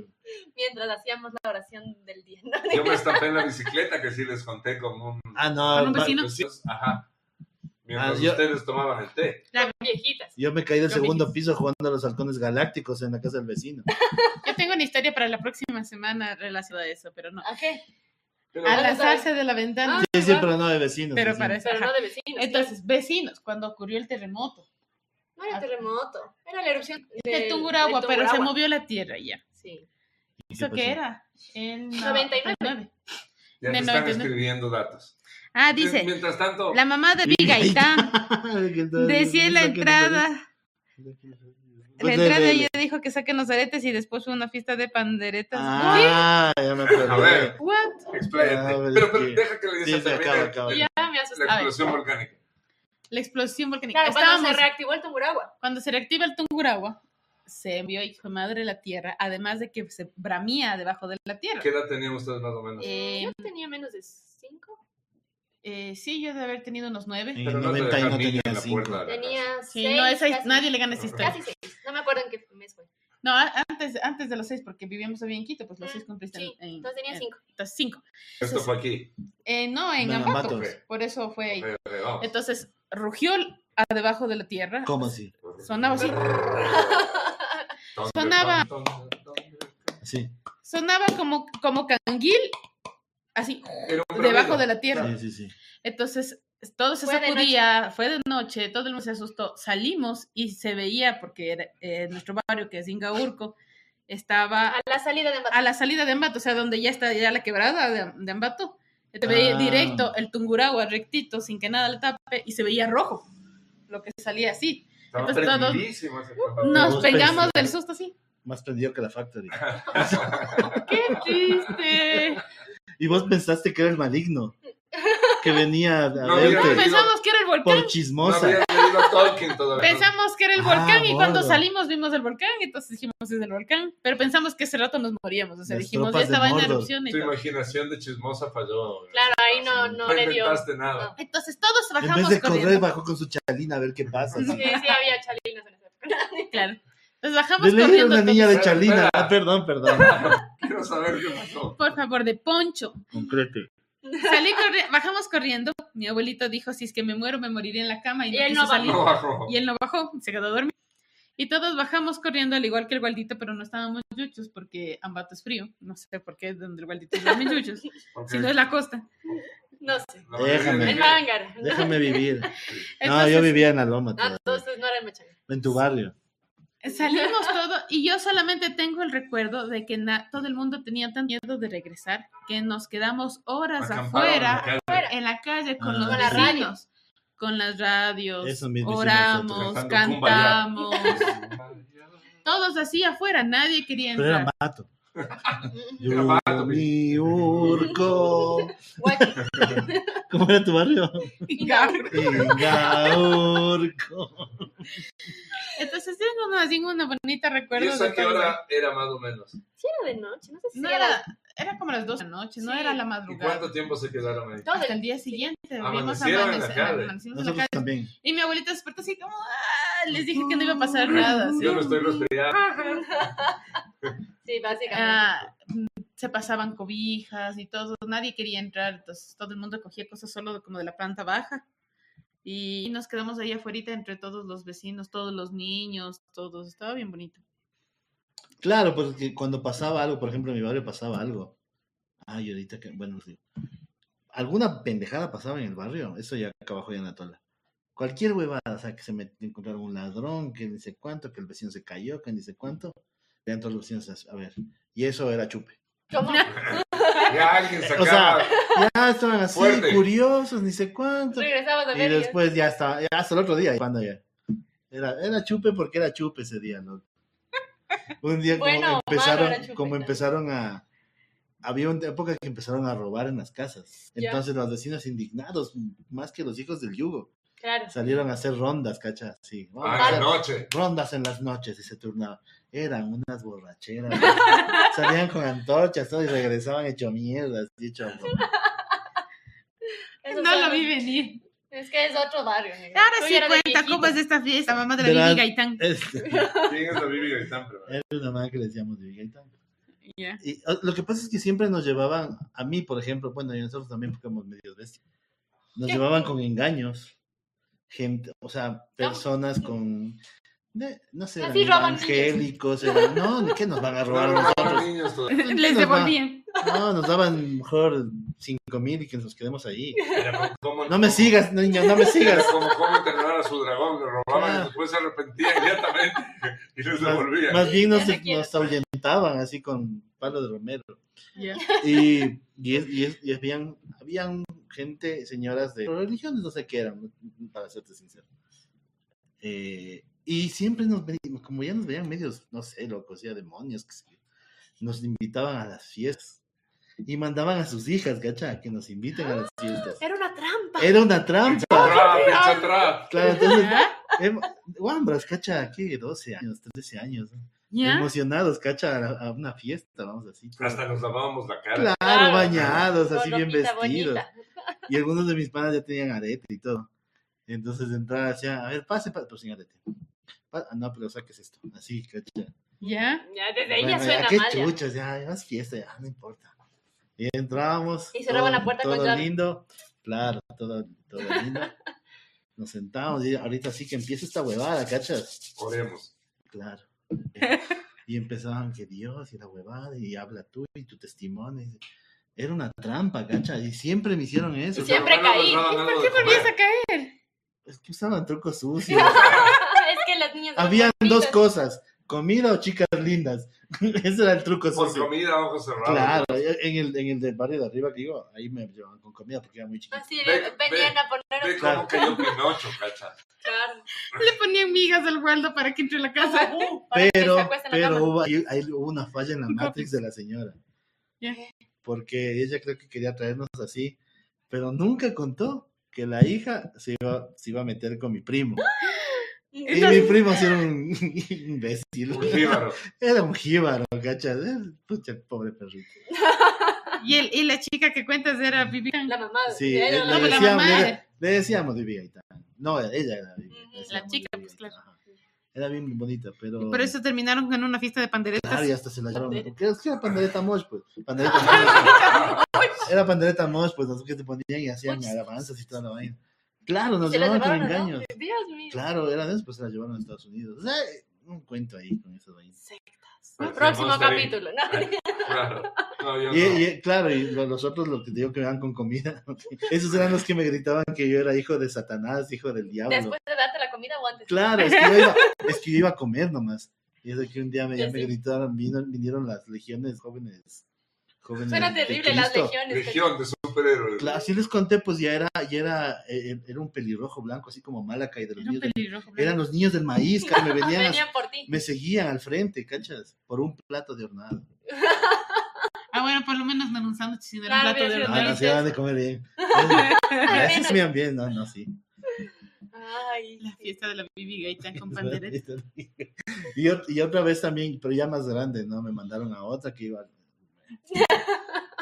Mientras hacíamos la oración del día. ¿no? Yo me estampé en la bicicleta que sí les conté con un... Pues, Ah, no, Con un ma- vecino. Ajá. Mientras Ah, yo- ustedes tomaban el té. Viejitas. yo me caí del Yo segundo dije- piso jugando a los halcones galácticos en la casa del vecino. Yo tengo una historia para la próxima semana relacionada a eso, pero no. ¿A qué? Pero- Ah, Abrazarse de la ventana. Ah, Sí, sí, igual. pero no de vecinos. Pero vecinos. para eso. Pero no de vecinos. Entonces, vecinos, cuando ocurrió el terremoto claro. No era terremoto. Era la erupción del del- Tungurahua, del pero se Tungurahua. movió la tierra ya. Sí. ¿Y ¿Eso pasó? qué era? El 99. Ya de te están 99. escribiendo datos. Ah, dice, Mientras tanto, la mamá de Vigaitán decía en la entrada, la Pues, de- entrada de- ella dijo que saquen los aretes y después fue una fiesta de panderetas. Ah, ya me acordé. A ver. What? Expláyate. Ah, Pero, pero sí. deja que le Sí, dice sí, termine acaba, acaba. la Ya me asusté. A ver. explosión volcánica. La explosión volcánica. Claro, cuando Estábamos se reactivó el Tungurahua. cuando se reactiva el Tungurahua, se envió hijo de madre la tierra, además de que se bramía debajo de la tierra. ¿Qué edad tenían ustedes más o menos? Eh, Yo tenía menos de cinco. eh, sí, yo de haber tenido unos nueve. En el te 90 y dejan no niño tenía en la puerta cinco. de la casa. Tenía Sí, seis. no, esa, casi- nadie le gana esa historia. Casi seis. No me acuerdo en qué mes fue. No, a- antes, antes de los seis, porque vivíamos todavía en Quito, pues los Mm, seis cumpliste en- Sí, en, entonces tenía en- cinco. entonces cinco. Esto fue aquí. Eh, no, en No, en Ambato, Ambato. pues, por eso fue ahí. Eh, eh, vamos. Entonces, rugió el- a debajo de la tierra. ¿Cómo así? Sonaba así. Ton, Sonaba. ton, ton, ton, ton. Sí, Sonaba como, como canguil, así, Era un debajo bramido. de la tierra. sí, sí, sí. Entonces, todo se Fue de sacudía, fue de noche, todo el mundo se asustó. Salimos y se veía, porque era, eh, nuestro barrio, que es Ingaurco, estaba A la salida de Ambato. a la salida de Ambato, o sea, donde ya está ya la quebrada de, de Ambato. Te veía Ah. directo el Tungurahua rectito, sin que nada le tape, y se veía rojo, lo que salía así. Estaba Entonces, todos- prendidísimo ese papá. Nos Todos pegamos pensaban. del susto así. Más prendido que la Factory. ¡Qué triste! Y vos pensaste que era el maligno. Que venía a No, verte mira, no, mira. Pensamos que era el volcán. por No chismosa. había leído Tolkien todavía. Pensamos que era el Ah, volcán y cuando gordo. salimos vimos el volcán, entonces dijimos es el volcán, pero pensamos que ese rato nos moríamos, o sea, Las dijimos ya tropas de estaba en Mordor. erupción y Tu todo. imaginación de chismosa falló. Claro, ahí no, no No le dio. inventaste nada. Entonces todos en vez bajamos de correr, corriendo. bajó con su chalina a ver qué pasa. Sí, así. sí, había chalinas en esa época. Claro. Entonces bajamos De leer a corriendo. una niña de todos. entonces. chalina. Espera. Ah, perdón, perdón. Quiero saber qué pasó. Por favor, de poncho. Concreto. Salí corri- bajamos corriendo. Mi abuelito dijo, si es que me muero, me moriré en la cama. Y, Y él quiso no salir. No bajó. Y él no bajó, se quedó dormido. Y todos bajamos corriendo, al igual que el gualdito, pero no estábamos yuchos porque Ambato es frío. No sé por qué, donde el gualdito duermen yuchos. Porque si no es la costa. No sé. la mayoría Déjame. de- El hangar. Déjame vivir. No, Entonces- yo vivía en la loma. Ah, todavía. entonces no era el machangán. En tu barrio. Salimos todo y yo solamente tengo el recuerdo de que na- todo el mundo tenía tan miedo de regresar que nos quedamos horas acamparon en la afuera calle, en la calle con Ah. los Con la radio. vecinos, con las radios, Eso mismo hicimos oramos, nosotros. Cantando Kumbaya. cantamos, todos así afuera, nadie quería Pero era entrar. mato. Era pues. Yo mato, mi urco. Guachi. ¿Cómo era tu barrio? Entonces Venga, urco. tengo más bien una bonita ¿Y recuerdo. eso de a qué todo eso. hora era más o menos? Sí era de noche, no sé si No era. era, era como las 12 de la noche, no Sí. era la ¿Y madrugada. cuánto tiempo se quedaron ahí? Todo Hasta el el día siguiente. volvimos a Amanecieron en la amanecer- calle. amanecimos en la Nosotros calle. también. Y mi abuelita despertó así como, "Ah", les dije que no iba a pasar nada. así. Yo lo estoy respirando. Sí, básicamente. Ah, se pasaban cobijas y todo, nadie quería entrar, entonces todo el mundo cogía cosas solo de- como de la planta baja. Y nos quedamos ahí afuera entre todos los vecinos, todos los niños, todos, estaba bien bonito. Claro, porque cuando pasaba algo, por ejemplo, en mi barrio pasaba algo. Ay, ahorita que, bueno, sí. Alguna pendejada pasaba en el barrio, eso ya acá abajo ya en Atola. Cualquier huevada, o sea, que se metió encontraron un ladrón, que ni sé cuánto, que el vecino se cayó, que ni sé cuánto. Vean todos los vecinos, a ver. Y eso era chupe. ¿Cómo? Ya alguien sacaba. O sea, ya estaban así, Fuerte. curiosos, ni sé cuánto. Regresabas a Y ver. y- después ya estaba, ya hasta el otro día, cuando ya. Era, era chupe porque era chupe ese día, ¿no? Un día como Bueno, malo empezaron, era chupe como también. empezaron a. Había una época que empezaron a robar en las casas. Ya. Entonces los vecinos indignados, más que los hijos del yugo, Claro. salieron a hacer rondas, cacha. Sí, vamos a Ah, de hacer noche. rondas en las noches y se turnaban. Eran unas borracheras. Salían con antorchas todo, y regresaban hecho mierda, hecho broma. Esos no son lo los- vi venir. Es que es otro barrio. amigo. Ahora Tú sí ya eras de cuenta cómo es viejito. esta fiesta, mamá de la Verás. Vivi Gaitán. Este, ¿Quién es la Bibi Gaitán? pero? era una madre que le decíamos de Gaitán. Ya. Y o- lo que pasa es que siempre nos llevaban, a mí, por ejemplo, bueno, y a nosotros también porque éramos medios bestias, nos llevaban con engaños, gente, o sea, personas con, ne- no sé, Así eran roban evangélicos, eran, no, ni qué nos van a robar No, no, nosotros. niños todavía. ¿Qué Les nos devolvían. va? No, nos daban mejor cinco mil y que nos quedemos ahí. Era como- No me sigas, niño, no me Era sigas. como cómo entrenar a su dragón, lo robaban Claro. y después se arrepentían inmediatamente y les devolvían. Más, más bien nos, Ya no quiero. nos ahuyentaban así con palo de romero. Ya. Y, y, es- y, es- y habían, habían gente, señoras de religiones, no sé qué eran, para serte sincero. Eh, y siempre nos veían, como ya nos veían medios, no sé, locos, ya demonios, qué sé yo, nos invitaban a las fiestas. Y mandaban a sus hijas, gacha, a que nos inviten a las fiestas. Era una trampa. Era una trampa. ¡Atrás, pinche atrás! Claro, entonces, ¿Ya? em- guambras, cacha, ¿qué? 12 años, 13 años. ¿no? ¿Ya? Emocionados, cacha, a, a una fiesta, vamos así. todo. Hasta nos lavábamos la cara. Claro, Claro. bañados, así bien Ropita vestidos. bonita. Y algunos de mis panas ya tenían arete y todo. Entonces entraba hacía, a ver, pase, pase, pero sin arete. Pa- ah, no, pero saques esto. Así, cacha. ¿Ya? Ya, desde ahí ya Bueno, ya, suena qué mal. ya. chuchas, ya, ya es fiesta, ya, no importa. Y entrábamos. Y cerraban la puerta todo con llave. lindo. Claro, todo, todo lindo. Nos sentábamos y ahorita sí que empieza esta huevada, cachas. Oremos. Claro. Y empezaban que Dios y la huevada y habla tú y tu testimonio. Era una trampa, cacha. Y siempre me hicieron eso. Y siempre Los hermanos caí. nos daban algo de ¿Volvías comer. a caer? Es que usaban trucos sucios. es que las niñas. Habían dos cosas. cosas, comida o chicas lindas. Ese era el truco Por sucio. comida, ojos cerrados. Claro, en el, en el del barrio de arriba que digo, ahí me llevaban con comida porque era muy chiquito. Así Ve- venían ve- a poner Ve un cómo cayó Pinocho, cacha. carro. Le ponían migas al Waldo para que entre a la casa. Pero, se acuesta en la pero cama. hubo, ahí, ahí hubo una falla en la Matrix de la señora. Ya. Porque ella creo que quería traernos así, pero nunca contó que la hija se iba, se iba a meter con mi primo. Y mi Entonces- primo sí era un imbécil. Un jíbaro. Era un jíbaro, ¿cachas? Eh, Pucha, pobre perrito. Y, el, y la chica que cuentas era Vivi Gaitán. La mamá. Sí, de ella, eh, no, la le, la mamá. decíamos, mamá le- era- le decíamos Vivi Gaitán. No, ella era Vivi. Ujú, le la decíamos chica, Vivi pues, Gaitán, claro. ajá. Era bien bonita, pero. Y por eso terminaron en una fiesta de panderetas. Claro, y hasta se la llevaron. Pandereta. ¿Qué es que era pandereta mosh, pues? Pandereta mosh. era pandereta mosh, pues, los que te ponían y hacían Uy. alabanzas y toda la vaina. Claro, nos Se la llevaban con llevaron, ¿no? engaños. Dios mío. Claro, era de eso, pues se la llevaron a Estados Unidos. O sea, un cuento ahí con esas vainas. Pues, Próximo vamos a ver. capítulo, ¿no? Claro. No, yo Y, no. y, claro, y lo- los otros, los que te digo que me dan con comida, esos eran los que me gritaban que yo era hijo de Satanás, hijo del diablo. Después de darte la comida o antes. Claro, es que, yo iba, es que yo iba a comer nomás. Y es de que un día me, Ya ya me sí. gritaron, vino- vinieron las legiones jóvenes. jóvenes Suena de terrible las Cristo. legiones. Legión de superhéroes. Claro, si les conté, pues ya era, ya era, eh, era un pelirrojo blanco, así como Malaca y de los Era un niños del- pelirrojo. eran los niños del maíz, que me venían, a- Venían por ti. me seguían al frente, ¿cachas? Por un plato de hornado. Ah, bueno, por lo menos no era un sándwich, sino era un Claro, plato de bien, bien. Ah, hornado. no, sí, van de comer bien. Gracias, me bien, no, no, sí. Ay. La fiesta de la Bibi Gaitán con pandereta. Y, ot- y otra vez también, pero ya más grande, ¿no? Me mandaron a otra que iba.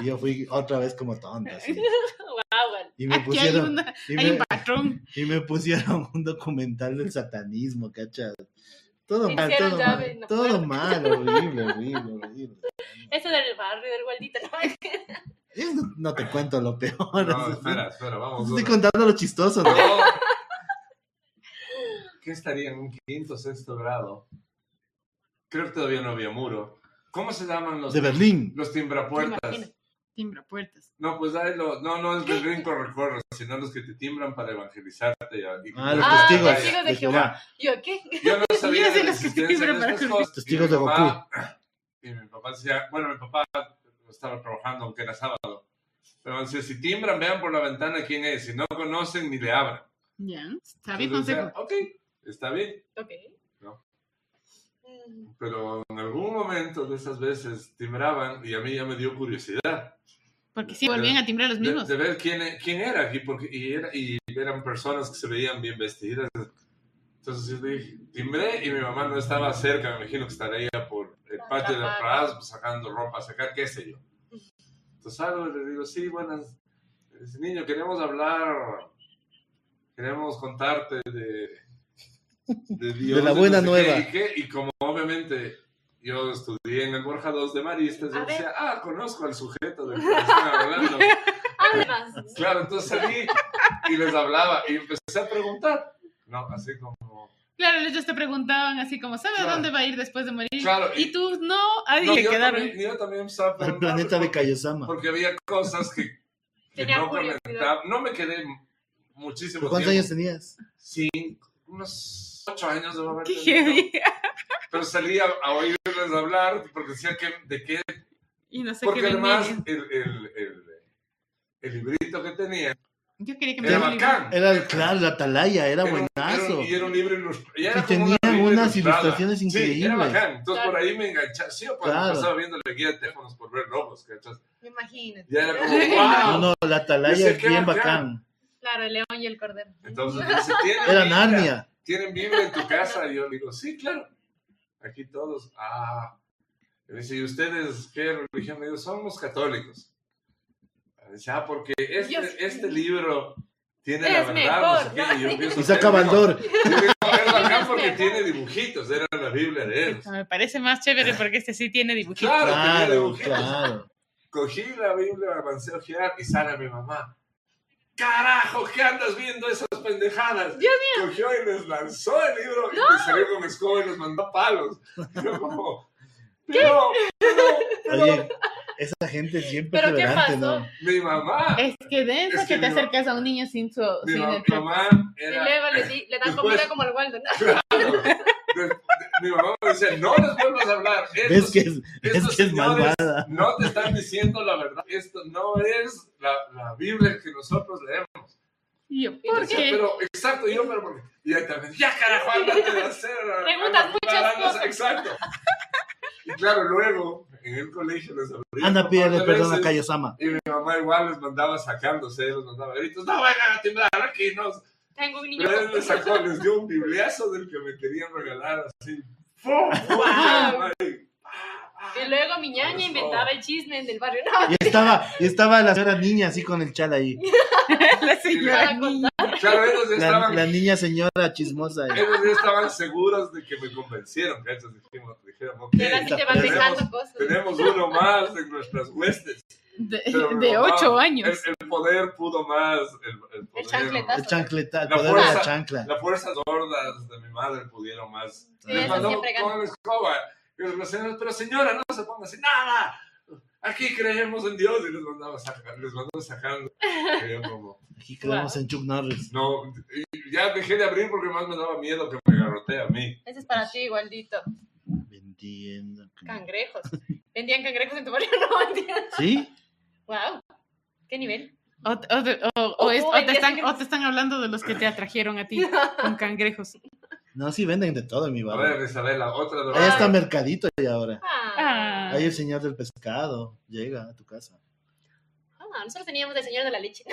Y yo fui otra vez como tonta, así. Guau, guau. Y me Aquí hay, pusieron, una, y hay un me, patrón. y me pusieron un documental del satanismo, ¿cachas? Todo Me mal, hicieron todo llave mal, en la todo puerta. mal, horrible, horrible, horrible. Eso del barrio, del gualdito. ¿no? Yo no- no te cuento lo peor. No, eso sí. espera, espera, vamos. Estoy una. contando lo chistoso, ¿no? No. ¿Qué estaría en un quinto, sexto grado? Creo que todavía no había muro. ¿Cómo se llaman los, De Berlín. los Me timbrapuertas? imagino. Timbra puertas. No, pues ahí lo, no, no es del rinco recuerdo, sino los que te timbran para evangelizarte. y- y que Ah, te- los Ah, testigos, testigos de de Jehová. Yo, ¿qué? Yo no sabía Yo sé de la los que te existencia timbran de para estas cruzar. cosas. Y Testigos mi de mamá- Y mi papá decía, bueno, mi papá estaba trabajando, aunque era sábado. Pero decía, si timbran, vean por la ventana quién es. Si no conocen, ni le abran. Ya. Está bien Entonces consejo. decía, ok, está bien. Ok. No. Mm. Pero en algún momento de esas veces timbraban y a mí ya me dio curiosidad Porque si volvían a timbrar los de, mismos. de ver quién, e- quién era y, porque, y era- y eran personas que se veían bien vestidas. Entonces yo dije, timbré y mi mamá no estaba cerca, me imagino que estaría por el patio de atrás pues, sacando ropa, sacar qué sé yo. Entonces salgo y le digo, sí, buenas. Dice, niño, queremos hablar, queremos contarte de, de Dios. De la y buena no sé qué, nueva. y qué". Y como obviamente yo estudié en el Borja 2 de Maristas, A yo ver. decía, ah, conozco al sujeto del que están hablando. Además. Claro, entonces salí y les hablaba y empecé a preguntar. No, así como... Claro, ellos te preguntaban así como, ¿sabe Claro. a dónde va a ir después de morir? Claro, Y tú, no, ahí no, te yo, quedaron. también, yo también empezaba a Al preguntar, planeta de porque- Kaiosama. Porque había cosas que, que Tenía no curiosidad. conectaba. No me quedé muchísimo ¿Pero ¿Cuántos años tiempo. tenías? Cinco, unos ocho años de haber Qué tenido. heavy. Pero salí a, a oírles hablar porque decía que, de qué Y no sé Porque qué además venía. el, el, el, el librito que tenía Yo quería que me era dieran un libro. bacán. Era, el- claro, la atalaya, era un- buenazo. un- y era un libro ilustrado. Y era como Y una tenían Biblia unas ilustrada. ilustraciones Sí, era increíbles. bacán. Entonces Claro. por ahí me enganchaba. Sí, o cuando Claro. pasaba viendo la guía de teléfonos por ver lobos, ¿cachas? Imagínate. Ya era como, No, wow. no, la atalaya Ese es que bien bacán. Claro, el león y el cordero. Entonces dice, ¿tienen Era Biblia? Narnia. ¿Tienen Biblia en tu casa? Y yo digo, sí, claro. Aquí todos. Ah. Y me dice, ¿y ustedes qué religión? Me digo, somos católicos. Y dice, ah, porque Yo este, sí. este libro tiene la Es verdad. mejor, no sé qué. Y yo empiezo Y a leer, saca digo, Baldor. Yo digo, es bacán porque mejor. tiene dibujitos, era la Biblia de él. Ah, Me parece más chévere porque este sí tiene dibujitos. Claro, tenía Claro, dibujitos. claro. Cogí la Biblia, avancé a ojear y sale mi mamá. ¡Carajo! ¿Qué andas viendo esas pendejadas? Dios Cogió y les lanzó el libro y les salió con escoba y les mandó palos. Y yo como, pero, pero, Oye, esa gente es bien ¿Pero qué perseverante, pasó? ¿no? mi mamá, Eh, Es que denso Es que que te mi ma- acercas a un niño sin su... mi, Sin ma- el mi mamá Y era... luego le, di- le dan Después- comida como al Waldo, ¿no? Claro. De- de- mi mamá me decía, no les vuelvas a hablar. ¿Ves Estos, que es, estos es, que es señores malvada? no te están diciendo la verdad. Esto no es la, la Biblia que nosotros leemos. Y yo, ¿Por O ¿por sea, qué? Pero, exacto, yo, pero porque. Y ahí también, ya carajo, ándate de hacer. Preguntas ándate, muchas ándate, cosas. Exacto. Y claro, luego, en el colegio les abrí. Anda, pídele perdón a calle. Kaiosama. Y mi mamá igual les mandaba sacándose, les mandaba gritos, no vayan a temblar aquí, no. Tengo un niño. Pero él les sacó, les dio un bibliazo del que me querían regalar, así. ¡Fum! ¡Fum! Ay, Y luego mi ñaña inventaba el chisme en el barrio. No, Y estaba, y estaba la señora niña así con el chal ahí. La señora Para niña. Claro, ellos ya La, estaban la niña señora chismosa. ahí. Ellos ya estaban seguros de que me convencieron. que Ellos dijimos, dijeron, ok, pero así te van tenemos, dejando cosas. tenemos uno más en nuestras huestes. De, Pero de mi mamá, ocho años. El, el poder pudo más. El, el poder, El chancletazo. El chancleta, el La poder de la fuerza. chancla. Las fuerzas gordas de mi madre pudieron más. Sí, Le eso mandó siempre gana. con la escoba. Y la señora, pero señora, no se ponga así, nada. Aquí creemos en Dios. Y les mandaba sacar, les mandó sacando. Y yo como, Aquí quedamos en Chuck Norris. no, y ya dejé de abrir porque más me daba miedo que me garrotee a mí. Ese es para ti, igualdito. Entiendo. Cangrejos. ¿Vendían cangrejos en tu barrio? No, mentira. ¿Sí? Wow. ¿Qué nivel? O, o de- o- o es- O o vendías te están, cangrejos. o te están hablando de los que te atrajeron a ti con cangrejos. No, sí venden de todo en mi A barrio. ver, Isabela, otra de Ahí está Ay. Mercadito y ahora. Ah, Ah. Ahí el señor del pescado llega a tu casa. Ah, nosotros teníamos el señor de la leche. Te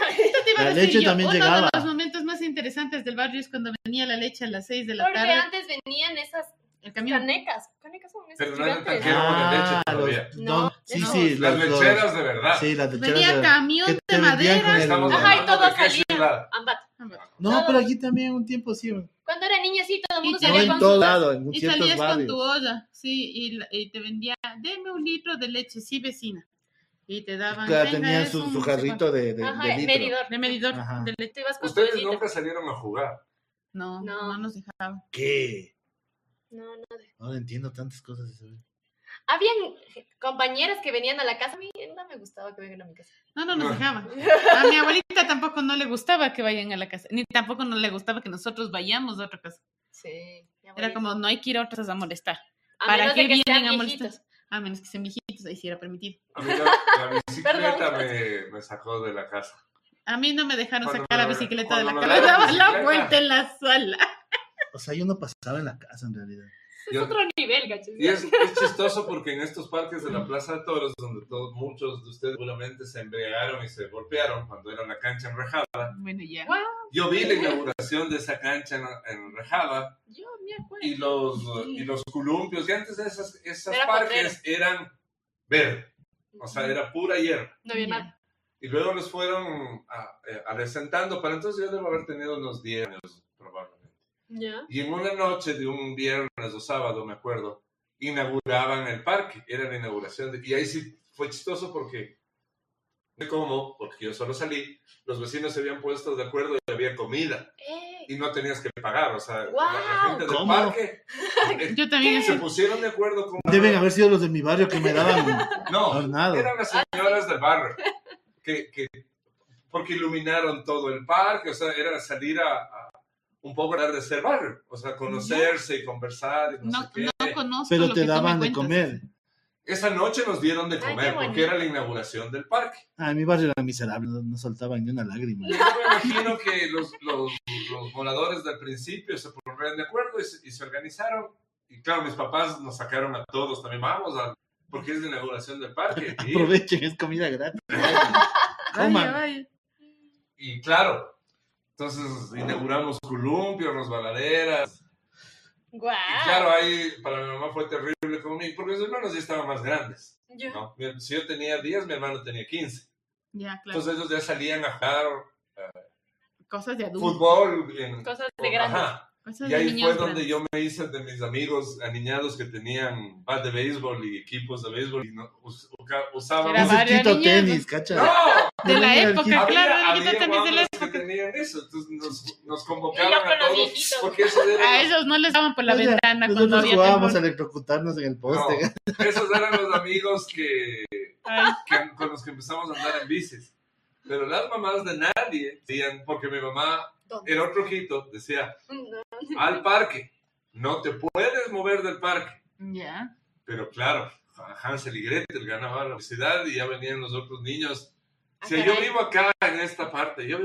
iba a La decir leche yo, también uno llegaba. de los momentos más interesantes del barrio es cuando venía la leche a las 6 de la Porque tarde. antes venían esas el camión. canecas. ¿Canecas son esas Pero no eran gigantes? Quiero una leche todavía. los- No, no, sí, no. sí. Ah, las Ah, los- los- lecheras ah. de verdad. Sí, las lecheras. Venía de- que camión te de vendían con madera. el- Estamos Ajá, y hablando todo de qué salía. ciudad. Ambat. No, pero aquí también un tiempo sí. No Cuando era niña, sí, todo el mundo Y salía salían en con todo sus- lado, en Y ciertos salías con tu barrios. olla, sí, y, la- y te vendía, deme un litro de leche, sí, vecina. Y te daban. Claro, "Tenga, tenía es su, un su no sé cuánto". jarrito de, de- Ajá, de litro. medidor. De medidor Ajá. de leche. Tú ibas con tu Ustedes ollita. nunca salieron a jugar. No, No. no, nos dejaban. ¿Qué? No, no. Ahora entiendo tantas cosas. Isabel. Habían compañeras que venían a la casa. A mí no me gustaba que vengan a mi casa. No, no nos No. dejaban. A mi abuelita tampoco no le gustaba que vayan a la casa, ni tampoco no le gustaba que nosotros vayamos a otra casa. Sí. mi Era abuelita. como, no hay que ir a otras a molestar. A ¿Para menos qué de que vienen sean a molestar? viejitos. A menos que sean viejitos, ahí sí era permitido. A mí la, la bicicleta Perdón. me, me sacó de la casa. A mí no me dejaron Cuando sacar la me- bicicleta de la cuando casa. me Le daba daban la bicicleta. vuelta en la sala. O sea, yo no pasaba en la casa en realidad. Es Yo- otro nivel, gachos. Y es, es chistoso porque en estos parques de la Plaza de Toros, donde todos, muchos de ustedes seguramente se embriagaron y se golpearon cuando era una cancha enrejada. Bueno, ya. Guau. Yo vi la inauguración de esa cancha en- enrejada Yo me acuerdo. y los, y los columpios, que antes de esas, esas Era parques eran verde, o sea, era pura hierba. No había nada. Y luego los fueron a- eh, adesentando, para entonces yo debo haber tenido unos 10 años probablemente. Ya. Y en una noche de un viernes o sábado, me acuerdo, inauguraban el parque, era la inauguración. de- y ahí sí fue chistoso porque, no sé cómo, porque yo solo salí, los vecinos se habían puesto de acuerdo y había comida Eh, y no tenías que pagar. O sea, la- la ¡Guau! gente del ¿Cómo? parque eh, Yo también. se pusieron de acuerdo con. Deben haber sido los de mi barrio que me daban No, hornado. eran las señoras del barrio que, que porque iluminaron todo el parque, o sea, era salir a, a un poco a del barrio, o sea, conocerse y conversar y no, No, sé Pues, qué. no conozco. Pero lo te que tú me daban de cuentas. comer. Esa noche nos dieron de Ay, qué comer bonito. porque era la inauguración del parque. Ah, en mi barrio era miserable, no, no soltaban ni una lágrima. Yo me imagino que los, los, los moradores del principio se pusieron de acuerdo y, se- y se organizaron. Y claro, mis papás nos sacaron a todos también, vamos, a- porque es la inauguración del parque. Y- Aprovechen, es comida gratis. Vaya, Coman. vaya. Y claro, entonces inauguramos columpios, resbaladeras. Guau. Ah. Y claro, ahí para mi mamá fue terrible conmigo, porque mis hermanos ya estaban más grandes. Ya. ¿no? Mi- Si yo tenía 10, mi hermano tenía 15. Ya, claro. Entonces ellos ya salían a jugar cosas de adulto. fútbol. en- Cosas de con- grandes. ajá. Cosas Y de ahí niños fue donde grandes. yo me hice de mis amigos aniñados que tenían bat de béisbol y equipos de béisbol. Y no- us- uca- usaban... Era Un circuito niños. tenis, ¡No! cacha. De la Había- época, Había, claro. había ahorita también de la guambras que época. tenían eso, entonces nos, nos Y convocaban yo con a los todos, viejitos. porque esos eran A los- ellos no les daban por la Oye, ventana cuando Pues Nosotros había jugábamos a temblor. electrocutarnos en el No, poste. esos eran los amigos que, Ay, que- con los que empezamos a andar en bicis. Pero las mamás de nadie decían, porque mi mamá, ¿Dónde? el otro quito, decía, No. al parque, no te puedes mover del parque. Ya. Pero claro, Hansel y Gretel ganaban la velocidad y ya venían los otros niños. Ah, O sea, yo caray. vivo acá en esta parte. Yo,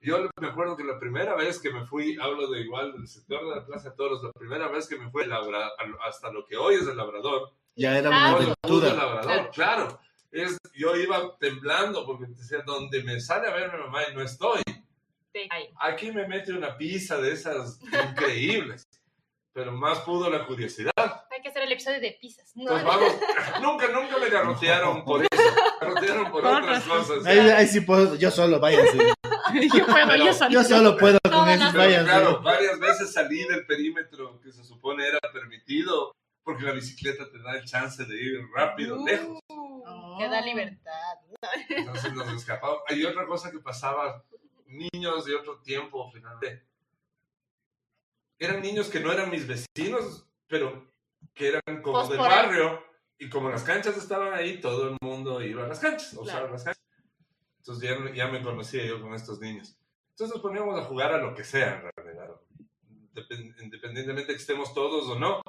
yo me acuerdo que la primera vez que me fui, hablo de igual del sector de la Plaza de Toros, la primera vez que me fui a Labra- hasta lo que hoy es el Labrador, Ya era Ah, una Todo el mundo aventura. labrador, claro. Es, yo iba temblando porque decía, donde me sale a ver mi mamá y no estoy. Sí. Ay. Aquí me mete una pizza de esas increíbles. Pero más pudo la curiosidad. Hay que hacer el episodio de pizzas. No, Entonces, vamos, nunca, nunca me garrotearon por eso. Me Garrotearon por Por otras otras cosas. Ahí, ahí sí puedo, yo solo, váyanse. Yo puedo, yo Pero- solita. Yo solo puedo con Todas esos, las- Pero váyanse. claro, varias veces salí del perímetro que se supone era permitido porque la bicicleta te da el chance de ir rápido, lejos. Uh, Que da libertad. Entonces nos escapamos. Hay otra cosa que pasaba, niños de otro tiempo, finalmente. Eran niños que no eran mis vecinos, pero que eran como Pues del por ahí. barrio. Y como las canchas estaban ahí, todo el mundo iba a las canchas, a usar Claro. las canchas. Entonces ya, ya me conocía yo con estos niños. Entonces nos poníamos a jugar a lo que sea, en realidad. Depen- Independientemente que estemos todos o no,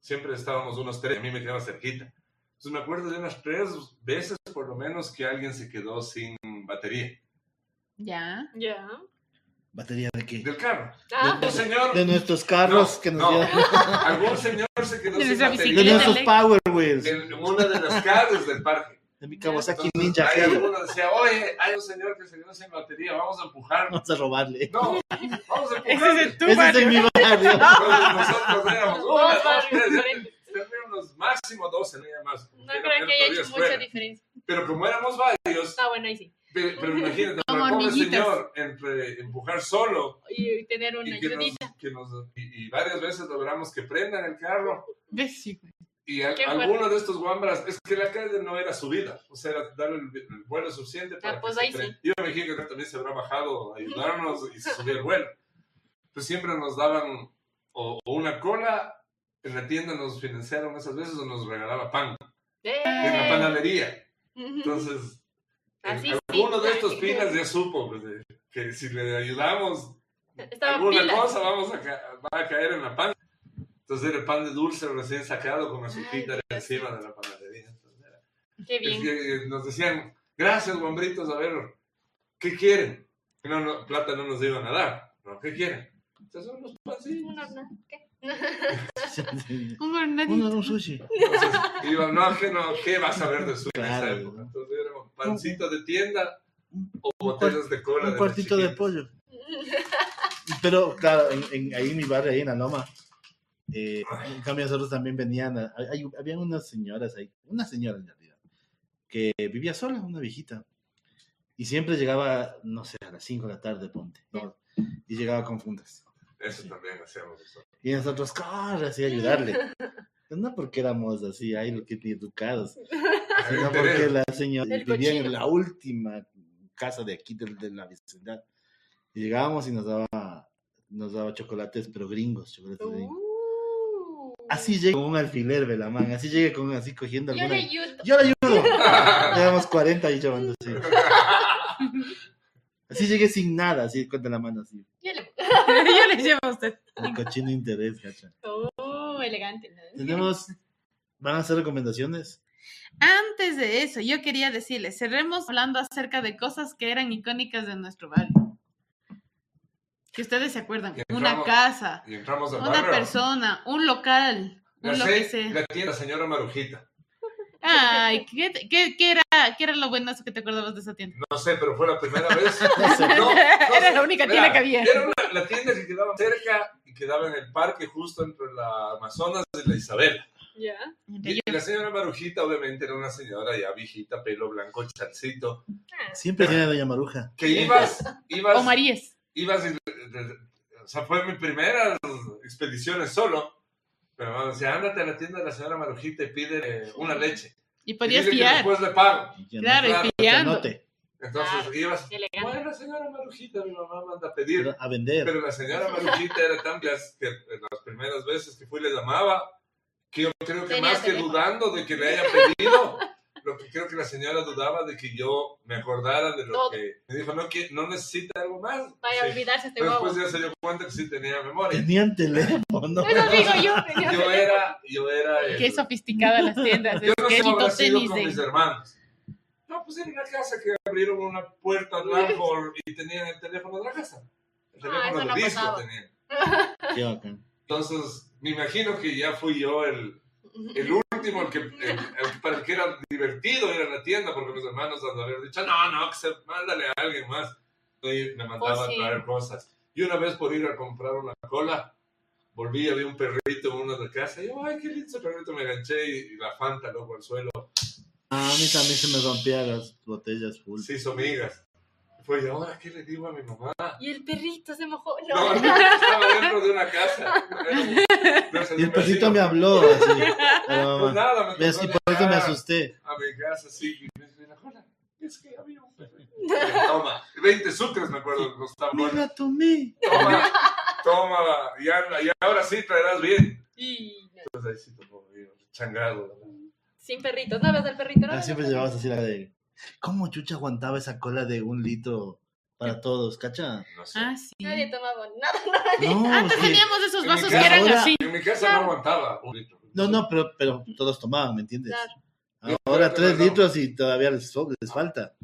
siempre estábamos unos tres. y A mí me quedaba cerquita. Entonces me acuerdo de unas tres veces por lo menos que alguien se quedó sin batería Ya. Ya. ¿Batería de qué? del carro. Ah, Un señor, De nuestros carros No, que nos no. dieron. algún señor se quedó De sin nuestra De bicicleta. batería nuestros Power Wheels. en una de las calles del parque. De mi Kawasaki Entonces, Ninja. ahí aquella. alguno decía, oye, hay un señor que se quedó sin batería, vamos a empujar. Vamos a robarle. No, vamos a Ese empujar. es el tu Ese es barrio. de mi barrio. Entonces nosotros éramos dos una, dos, barrios tres, diferentes. teníamos máximo 12, no había más. No Era- creo era que haya todavía hecho mucha escuela. diferencia. Pero como éramos varios, Ah, bueno, ahí sí. pero, pero imagínate, Como el pobre hormiguitas. señor entre empujar solo Y tener una y, que nos, ayudita. que nos- y, y varias veces logramos que prendan el carro. Ves, Y al- Qué fuerte. alguno de estos guambras, es que la calle no era subida, o sea, era darle el, el vuelo suficiente para. Ah, pues que se ahí prenda. Yo me imagino que también se habrá bajado a ayudarnos y se subió el vuelo. Pues siempre nos daban o, o una cola, en la tienda nos financiaron esas veces o nos regalaba pan, en la ¡Eh! panadería. Ujú. Entonces, Así el- sí. alguno de estos pilas ya supo pues, de- que si le ayudamos Estaba alguna pilas. cosa vamos a ca- va a caer en la pan. Entonces era pan de dulce recién sacado con azuquita encima de la panadería. Entonces, era- Qué es bien. que, eh, nos decían, gracias, guambritos, a ver, ¿qué quieren? Que No, no, plata no nos iban a dar, ¿no? ¿Qué quieren? Entonces unos pancitos. Una- una- ¿qué? Un Uno, hornadito. un sushi. Entonces, iban, no, ¿qué, no, ¿qué vas a ver de su en Claro. esa época? Entonces éramos pancito de tienda o un botellas de cola. Un de cuartito de chiquitos. pollo. Pero claro, en, en- ahí en mi barrio, ahí en la loma, eh, en cambio nosotros también venían, a- hay- habían unas señoras ahí, una señora en realidad, que vivía sola, una viejita, y siempre llegaba, no sé, a las 5 de la tarde, ponte, ¿no? y llegaba con fundas. Eso también hacíamos nosotros. Y nosotros, corre, así, a ayudarle. No porque éramos así, ay, lo que educados, sino porque la señora El vivía cochino. en la última casa de aquí, del- de, la vecindad. Y llegábamos y nos daba, nos daba chocolates, pero gringos, chocolates gringos. Uh. Así llega con un alfiler, Velamán, así llega con así cogiendo Yo le alguna. ayudo. Yo le ayudo. Llevamos 40 y llevando así. Así llegué sin nada, así con la mano así. Yo le- Yo les llevo a usted. El cochino interés, cacha. Oh, elegante. ¿no? Tenemos, van a hacer recomendaciones. Antes de eso, yo quería decirles, cerremos hablando acerca de cosas que eran icónicas de nuestro barrio. Que ustedes se acuerdan. Que Una entramos- casa, Y entramos al una barrio. persona, un local, La, un lo sé- que sea. la tienda, señora Marujita. Ay, ¿qué, te- qué- qué era, ¿qué era lo bueno que te acordabas de esa tienda? No sé, pero fue la primera vez. No sé. No, no Era sé. la única Mira, tienda que había. Era una- la tienda que quedaba cerca y quedaba en el parque justo entre la Amazonas y la Isabel. Ya. Y la señora Marujita, obviamente, era una señora ya viejita, pelo blanco, chancito. Ah. Siempre tiene Doña Maruja. Que ibas, O ibas, Maríes. ibas. y- o sea, fue mi primera expedición solo. Pero vamos, decía, ándate a la tienda de la señora Marujita y pide una leche. Y Y dile podías que pillar. después le pago. Ya no- Claro, Claro, y ya pillando. no te- Entonces Ah, Claro. ibas. Elegante. Bueno, señora Marujita, mi mamá manda a pedir. A vender. Pero la señora Maruchita era tan blas- que en las primeras veces que fui le llamaba, que yo creo que Tenía más que teléfono. dudando de que le haya pedido, lo que creo que la señora dudaba de que yo me acordara de lo Todo. que me dijo, no, que, no necesita algo más. Vaya a Sí. olvidarse este Pero guau. después ya se dio cuenta que sí tenía memoria. Tenían teléfono. Eso digo yo. señor. Yo era, yo era el- Qué sofisticada las tiendas. yo Es no que sé cómo habrá quito sido tenis con mis de. hermanos. No, pues en la casa que abrieron una puerta al árbol y tenían el teléfono de la casa. El Ah, teléfono eso de no disco pasaba. tenían. Qué bacán. Entonces, me imagino que ya fui yo el, el último, el que, el- el- para el que era divertido ir a la tienda, porque mis hermanos al haber dicho, no, no, que se, mándale a alguien más. Y me mandaban Pues sí. a traer cosas. Y una vez por ir a comprar una cola, volví, había un perrito en una de casa, y yo, ay, qué lindo ese perrito, me ganché y, y la fanta, loco, al suelo, Ah, A mí también se me rompían las botellas full. se hizo migas. Pues ¿y ahora, ¿qué le digo a mi mamá? Y el perrito se mojó. No. No, no, estaba dentro de una casa. Entonces, Y el un perrito vecino. me habló así. Pues Pero, nada, me me as- tocó y por eso me llegar asusté. A mi casa, sí. Y me dice, "Hola, es que había un perrito. Toma, 20 sucres, me acuerdo, costaban. Mira tú mí. Toma, toma, y, ahora- y ahora sí traerás bien. Y no, Entonces ahí sí tocó, eh, digo, changrado. sin perritos. No ves al perrito, no. Ya ves al Ah, siempre perrito. llevabas así la de. ¿Cómo Chucha aguantaba esa cola de un litro para todos, cacha? No sé. Ah, sí. Nadie tomaba nada. No, Antes es que- teníamos esos En vasos mi que casa eran ahora- así. En mi casa no aguantaba un litro. no, no, pero, pero todos tomaban, ¿me entiendes? Claro. Ahora tres No. litros y todavía les, sobra, les falta.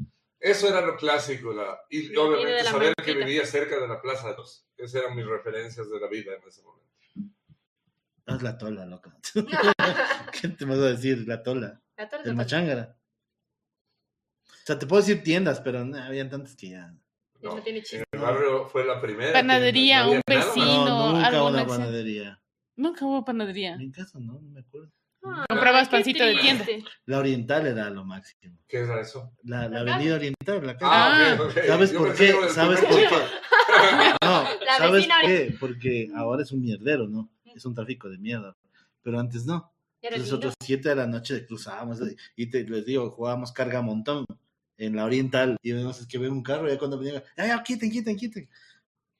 Eso era lo clásico, la- y Tiene obviamente de la saber que manzanita. vivía cerca de la Plaza de los. Esas eran mis referencias de la vida en ese momento. Haz la tola, loca. ¿Qué te vas a decir? La tola. La torta El con- machángara. O sea, te puedo decir tiendas, pero no, habían tantas que ya. No tiene chiste. En el barrio fue la primera. que no Panadería, había un nada. vecino. Sí, No, no, nunca alguna una acción. panadería. Nunca hubo panadería. En casa no, no me acuerdo. Comprabas Qué pancito de tienda. triste. La oriental era lo máximo. ¿Qué era eso? La, la Acá. avenida oriental, la calle. Ah, ok, ok. ¿Sabes Yo por pensé qué? que era el ¿Sabes por primer qué? No, La ¿sabes vecina por qué? Porque ahora es un mierdero, ¿no? Es un tráfico de mierda. Pero antes no. Ya era Entonces lindo. nosotros siete de la noche cruzábamos y te, les digo, jugábamos carga montón en la oriental. Y vemos es que ven un carro y ya cuando venía, ya, ya, ah, quiten, quiten, quiten.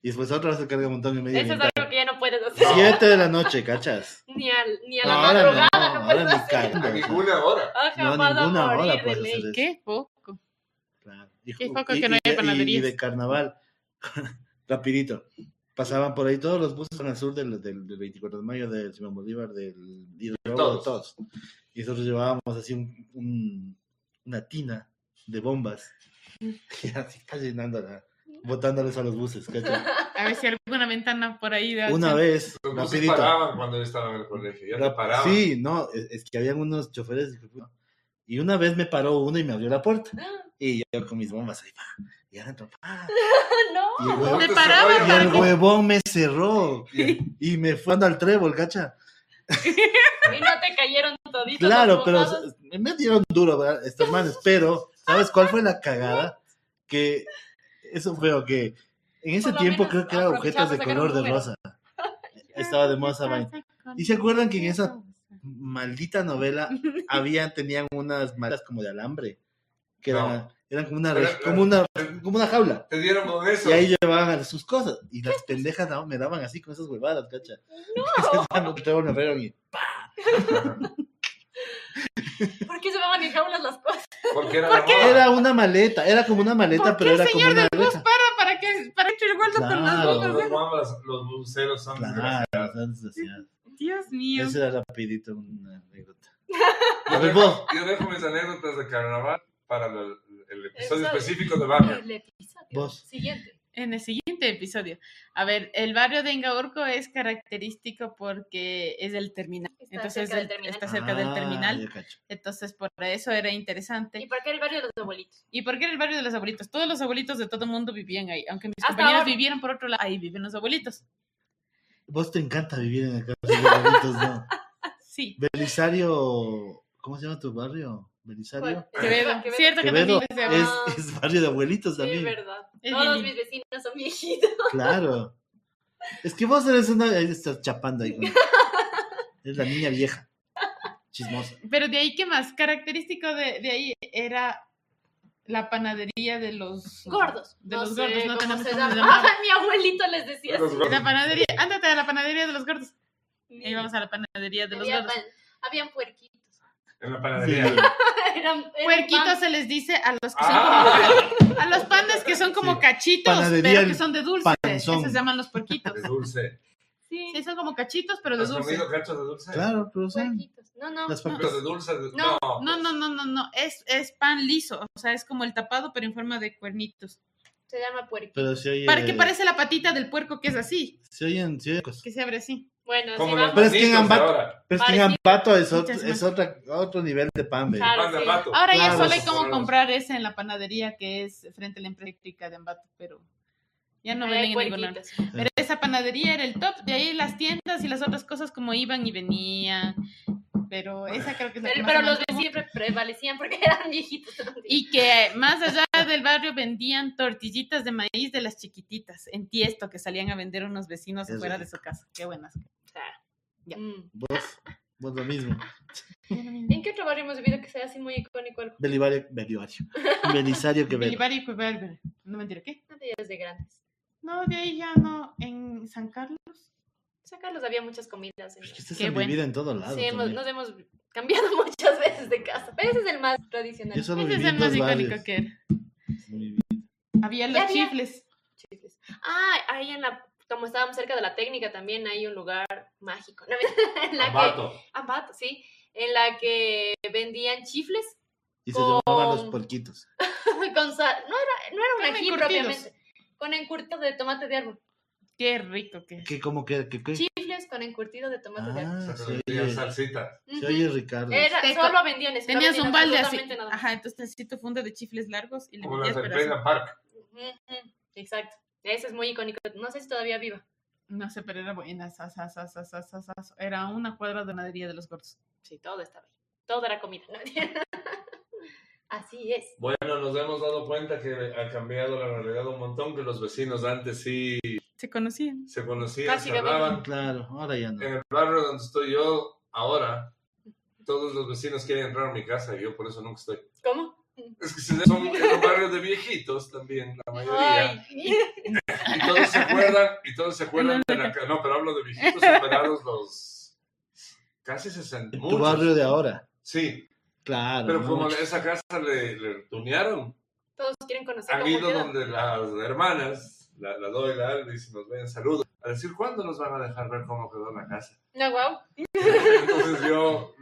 Y después otra vez el carga montón en medio Eso es oriental. algo que ya no puedes hacer. Siete de la noche, ¿cachas. Ni, al, ni a No, la ahora no, madrugada no ahora puedes ni hacer. A cagando. o sea. ninguna hora. Ah, No, jamás a ninguna pues, morir hora de puedes ley. hacer eso. Qué poco. Claro. Y, Qué ju- poco y- que no y- haya y- panaderías. y de carnaval, rapidito. Pasaban por ahí todos los buses en el sur del, del, del 24 de mayo, del Simón Bolívar, del y del Robo, de Todos. todos. Y nosotros llevábamos así un, un- una tina de bombas. Y así está llenándola, botándoles a los buses. ¿cachai? A ver si alguna ventana por ahí. de Una acción. vez, Los buses rapidito. paraban cuando yo estaba en el colegio. Ya te Rap- paraban. Sí, no, es, es que habían unos choferes. hijo de puta. Y una vez me paró uno y me abrió la puerta. Y yo con mis bombas ahí, pa, y adentro, pa. No. Y el No huevón- Te se paraban vayan y para a- el huevón me cerró Bien. y me fue andando al trébol, cacha. Y no te cayeron toditos. Claro, los pero mojados. se- me dieron duro ¿verdad? estos manes, pero ¿sabes cuál fue la cagada? Que eso fue que en ese Por lo tiempo menos creo que era agujetas aprovechamos de de sacar color un de número. rosa. Estaba de moda esa vaina. ¿Y se acuerdan que en esa- Ah, Maldita novela, había, tenían unas malas como de alambre, que eran, No. eran como, una, Pero- res- como, una, como una jaula. Te dieron con eso. Y ahí llevaban sus cosas. Y las pendejas no, me daban así con esas huevadas, cacha. No. me abrieron y ¿Por qué se van en jaulas las cosas? Porque era la moda. Era una maleta, era como una maleta, ¿Por qué pero el era como señor una del bus maleta. para para que para que el guardo con las eh? Claro. bombas? Los, guambas, los buceros son Claro, desgraciados. son desgraciados. Dios mío. Esa era rapidito una anécdota. Yo A ver, dejo- vos. Yo dejo mis anécdotas de carnaval para el, el episodio Episodio. específico de Bamber. El episodio Vos. siguiente. En el siguiente episodio. A ver, el barrio de Engaurco es característico porque es el terminal. Está Entonces cerca del el- terminal. está cerca del Ah, terminal. ya cacho. Entonces por eso era ¿Y interesante. por qué el barrio de los abuelitos? ¿Y por qué era el barrio de los abuelitos? Todos los abuelitos de todo el mundo vivían ahí. Aunque mis Hasta compañeros ahora. vivieron por otro lado, ahí viven los abuelitos. Vos te encanta vivir en el campo de Barritos, ¿no? Sí. Belisario, ¿cómo se llama tu barrio? Belisario. ¿Cuál? Quevedo. Quevedo. Cierto que Quevedo también es de es, abuelos. es barrio de abuelitos Sí, también. verdad. Es Todos bien mis vecinos son viejitos. Claro. Es que vos eres una. ahí Estás chapando ahí. con- Eres la niña vieja. Chismosa. Pero de ahí, ¿qué más? Característico de, de ahí era la panadería de los Gordos. De los gordos, no cómo tenemos se cómo llama. se llamaba. Mi abuelito les decía Los así. gordos. La panadería, ándate a la panadería de los gordos. Ni- Y vamos a la panadería de los había gordos. pan- habían puerquitos. En la Sí. panadería. Eran, eran Puerquitos pan- se les dice a los que son ¡Ah! como, a los pandas que son como Sí. cachitos, Panadería pero el que son de dulce. panzón. Esos se llaman los puerquitos. De dulce. Sí, Sí, son como cachitos, pero de ¿Has dulce. comido cachos de dulce? Claro, pero o sea, puerquitos. No, Pues no. las ¿Cachos de papas. dulce? de- No, No, no, no, no, no. Es, es pan liso. O sea, es como el tapado, pero en forma de cuernitos. Se llama puerquito. Pero se oye. Para que parece la patita del puerco que es así, Se oyen, se oyen cosas. que se abre así. Bueno, Como sí, los vamos. Pero es que en manitos de Ambato- Ah, ahora. Pero es que en Parecido. Ambato es, otro, Muchas más. es otra, otro nivel de pan, ve. Claro, Pan de sí. Ambato. Ahora ya Claro, solo hay sí. cómo comprar ese en la panadería que es frente a la empresa eléctrica de Ambato, pero ya no Ahí venden hay en ningún lado. puerquitos. Pero esa panadería era el top, de ahí las tiendas y las otras cosas como iban y venían. pero esa creo que es la que Pero, más pero se los mantuvo. de siempre prevalecían porque eran viejitos. Y que más allá del barrio vendían tortillitas de maíz de las chiquititas en tiesto que salían a vender unos vecinos Es afuera de rico. su casa. Qué buenas. Ya. Mm. Vos, vos pues, lo mismo. ¿En qué otro barrio hemos vivido que sea así muy icónico algo? Belivario, Belivario. Belisario que ver. Belivario y Cuevalver. No mentira, ¿qué? Desde grandes. No, de ahí ya no. En San Carlos. O sea, Carlos Pues había muchas comidas. en- Es que ustedes Qué han bueno. vivido en todos lados. Sí, hemos- también. nos hemos cambiado muchas veces de casa. Pero ese es el más tradicional. Yo solo Ese es viví en el más dos icónico barrios. que era. Viví- Había Ya los había- chifles. Chifles. Ah, ahí en la. Como estábamos cerca de la técnica, también hay un lugar mágico. ¿no? en la que, Ambato. Ambato, sí. En la que vendían chifles Y se llamaban los Con- porquitos. con sal. No era, no era un Con ají encurtidos. propiamente. Con encurtido de tomate de árbol. Qué rico que es. ¿Qué, cómo que, que, que? Chifles con encurtido de tomate de árbol. Ah, Se se vendían oye, Ah, salsitas. se Ujú. oye Ricardo. Era, Te- solo vendían Este, eso. no Tenías vendían un balde así. absolutamente nada más. Ajá, entonces hacías tu funda de chifles largos y le Como las metías de pedazos. Peña Park. Ujú, Exacto. Ese es muy icónico. No sé si todavía viva. No sé, pero era buena. sa, sa, sa, sa, sa, sa, sa. Era una cuadra de nadería de los gordos. Sí, todo estaba ahí. Todo era comida. ¿no? Así es. Bueno, nos hemos dado cuenta que ha cambiado la realidad un montón, que los vecinos antes sí Se conocían. se conocían, se Básicamente. hablaban. Claro, ahora ya no. En el barrio donde estoy yo, ahora, todos los vecinos quieren entrar a mi casa y yo por eso nunca estoy. ¿Cómo? Es que se- son en un barrio de viejitos también, la mayoría. Ay, Y todos se acuerdan, y todos se acuerdan de la... ca- No, pero hablo de viejitos superados los... Casi 60. En tu muchos. barrio de ahora. Sí, Claro. pero ¿no? como esa casa le, le tunearon, todos quieren conocer han cómo ido quedó. donde las hermanas, la, la Doy y la Alvis, nos ven saludos, a decir cuándo nos van a dejar ver cómo quedó la casa. No, wow. Entonces yo,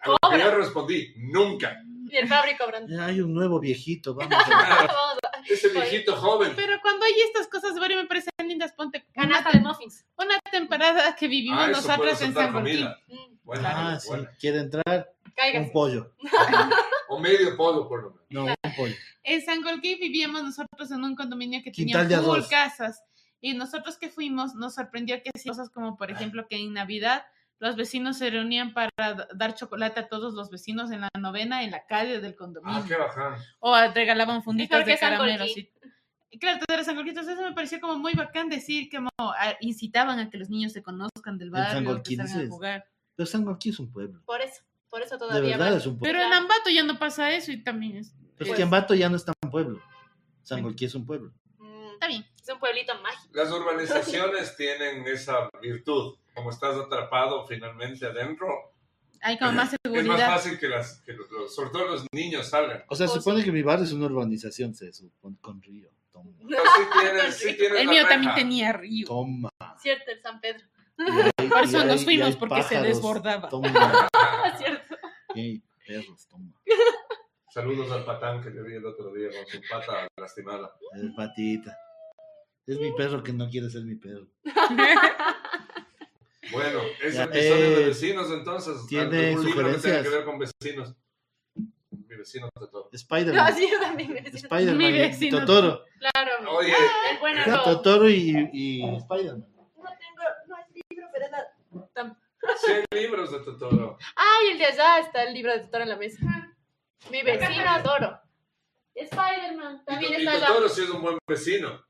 a lo que Cobra. yo respondí, nunca. Y el fábrico brando. Ya Hay un nuevo viejito, vamos a Vamos a- Ese viejito joven. Ah, Pero cuando hay estas cosas, Vero, me parecen lindas. Ponte una, Canasta de muffins. una temporada que vivimos Ah, eso puede nosotros en soltar San Martín. comida. Mm, Bueno, Ah, sí. bueno. Quiere entrar cáigase. un pollo. O medio pollo, por lo menos. No, un pollo. En San Golquín vivíamos nosotros en un condominio que Quintal de tenía full arroz. casas. Y nosotros que fuimos, nos sorprendió que hacían cosas como, por ejemplo, que en Navidad los vecinos se reunían para d- dar chocolate a todos los vecinos en la novena en la calle del Ah, condominio. qué baján. O regalaban funditas Mejor que de San caramelos. Golquín. y- y claro, todo era San Golquín. Entonces eso me pareció como muy bacán decir como ah, incitaban a que los niños se conozcan del En San barrio, que Golquín, salgan a dices. jugar. Pero San Joaquín es un pueblo. Por eso. Por eso De todavía verdad van. es un pueblo. Pero en Ambato ya no pasa eso y también es- Pero Pues- es que Ambato ya no es tan pueblo. San Sí. Joaquín es un pueblo. Mm, está bien. Es un pueblito mágico. Las urbanizaciones tienen esa virtud. Como estás atrapado finalmente adentro, Hay como es más más seguridad. fácil que, las, que los- los- sobre todo los niños salgan. O sea, Oh, se supone que mi barrio es una urbanización, se supone, con río. Toma. Pero sí tienen, sí tienen El la mío reja. también tenía río. Toma. Cierto, el San Pedro. Por eso nos fuimos, porque se desbordaba. Toma. Cierto. Ey, perros, toma. Saludos al patán que le vi el otro día con su pata lastimada. El patita. Es mi perro que no quiere ser mi perro. Bueno, ese Ya, episodio de eh, vecinos entonces. ¿tiene algún libro que tenga sugerencias? que ver con vecinos. Mi vecino Totoro. No, Spider-Man. sí, yo también. Ah, Mi Spider-Man. y vecino. Totoro. Claro. Oye, El buen Era arroz. Totoro y, y Spider-Man. No tengo, no es libro, pero nada. 100 libros de Totoro. Ay, el de allá está el libro de Totoro en la mesa. Mi vecino Toro. Spider-Man Y, también to- y está allá. Totoro sí es un buen vecino.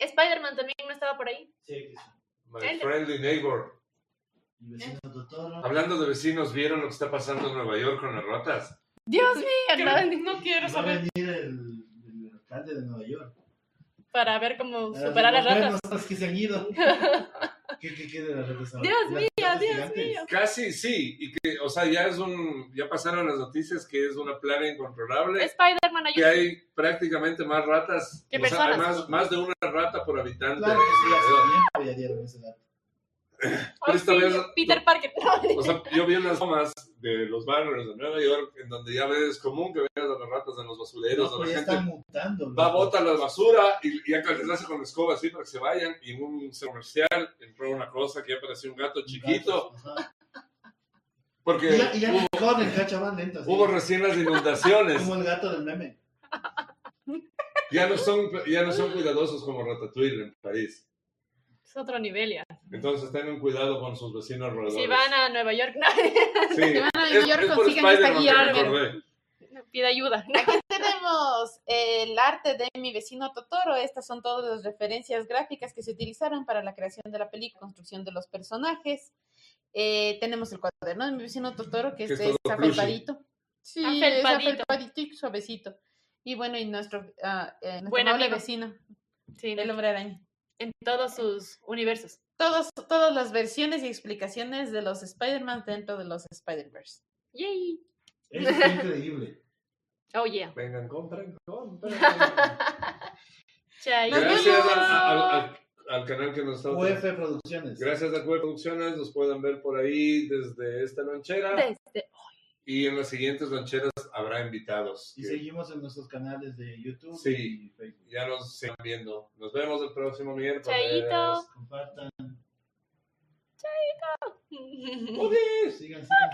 Spider-Man también no estaba por ahí. Sí, My Él- friendly neighbor. mi Eh. vecino Totoro. Hablando de vecinos, ¿vieron lo que está pasando en Nueva York con las ratas? Dios mío, Creo- ¿no? No quiero Va a saber. venir el, el alcalde de Nueva York. Para ver cómo Ah, superar las ratas. Los que se han ido. ¿Qué, qué, qué de las ratas ahora? Dios Las mío, ratas Dios gigantes. mío. Casi sí, y que, o sea, ya es un, ya pasaron las noticias que es una plaga incontrolable, Spider-Man que ayuda. hay prácticamente más ratas, ¿Qué o sea, hay personas? más, más de una rata por habitante. Claro que sí, hace tiempo ya dieron ese dato. pero esta vez- Peter Parker. O sea, yo vi unas tomas de los barrios de Nueva York en donde ya ves común que veas a las ratas en los basureros, Loco, donde pues, ya la están gente mutando. loco. va, bota la basura y ya les hace con la escoba así para que se vayan. Y en un centro comercial entró una cosa que ya parecía un gato chiquito, Ajá. porque Y ya, y ya hubo, corren, cacha, van lentas. ¿sí? hubo recién las inundaciones. Como el gato del meme. Ya no son, ya no son cuidadosos como Ratatouille en París. Es otro nivel ya. Entonces tengan cuidado con sus vecinos alrededor. Si van a Nueva York, no, Sí, si van a Nueva es- York, es por consigan esta Spider-Man que guía, me a ver. acordé. pida ayuda. Aquí tenemos el arte de mi vecino Totoro. Estas son todas las referencias gráficas que se utilizaron para la creación de la película, construcción de los personajes. Eh, tenemos el cuaderno de mi vecino Totoro, Que que es este es todo plushy. afelpadito. Sí, es Afelpadito. afelpadito y suavecito. Y bueno, y nuestro, ah, eh, nuestro Buen amable amigo. vecino, Sí, el hombre araña. en todos sus universos. Todos, todas las versiones y explicaciones de los Spider-Man dentro de los Spider-Verse. Yay. Eso está increíble. Oh, yeah. Vengan, compren, compren. Chaito. Gracias al, al- al- al canal que nos está UF Producciones. Gracias a Cueva Producciones, nos pueden ver por ahí desde esta lonchera. Desde- Y en las siguientes loncheras habrá invitados. Y que seguimos en nuestros canales de YouTube Sí. y Facebook. Ya nos siguen viendo. Nos vemos el próximo miércoles. Chaito. Compartan, Joder. sigan, sigan.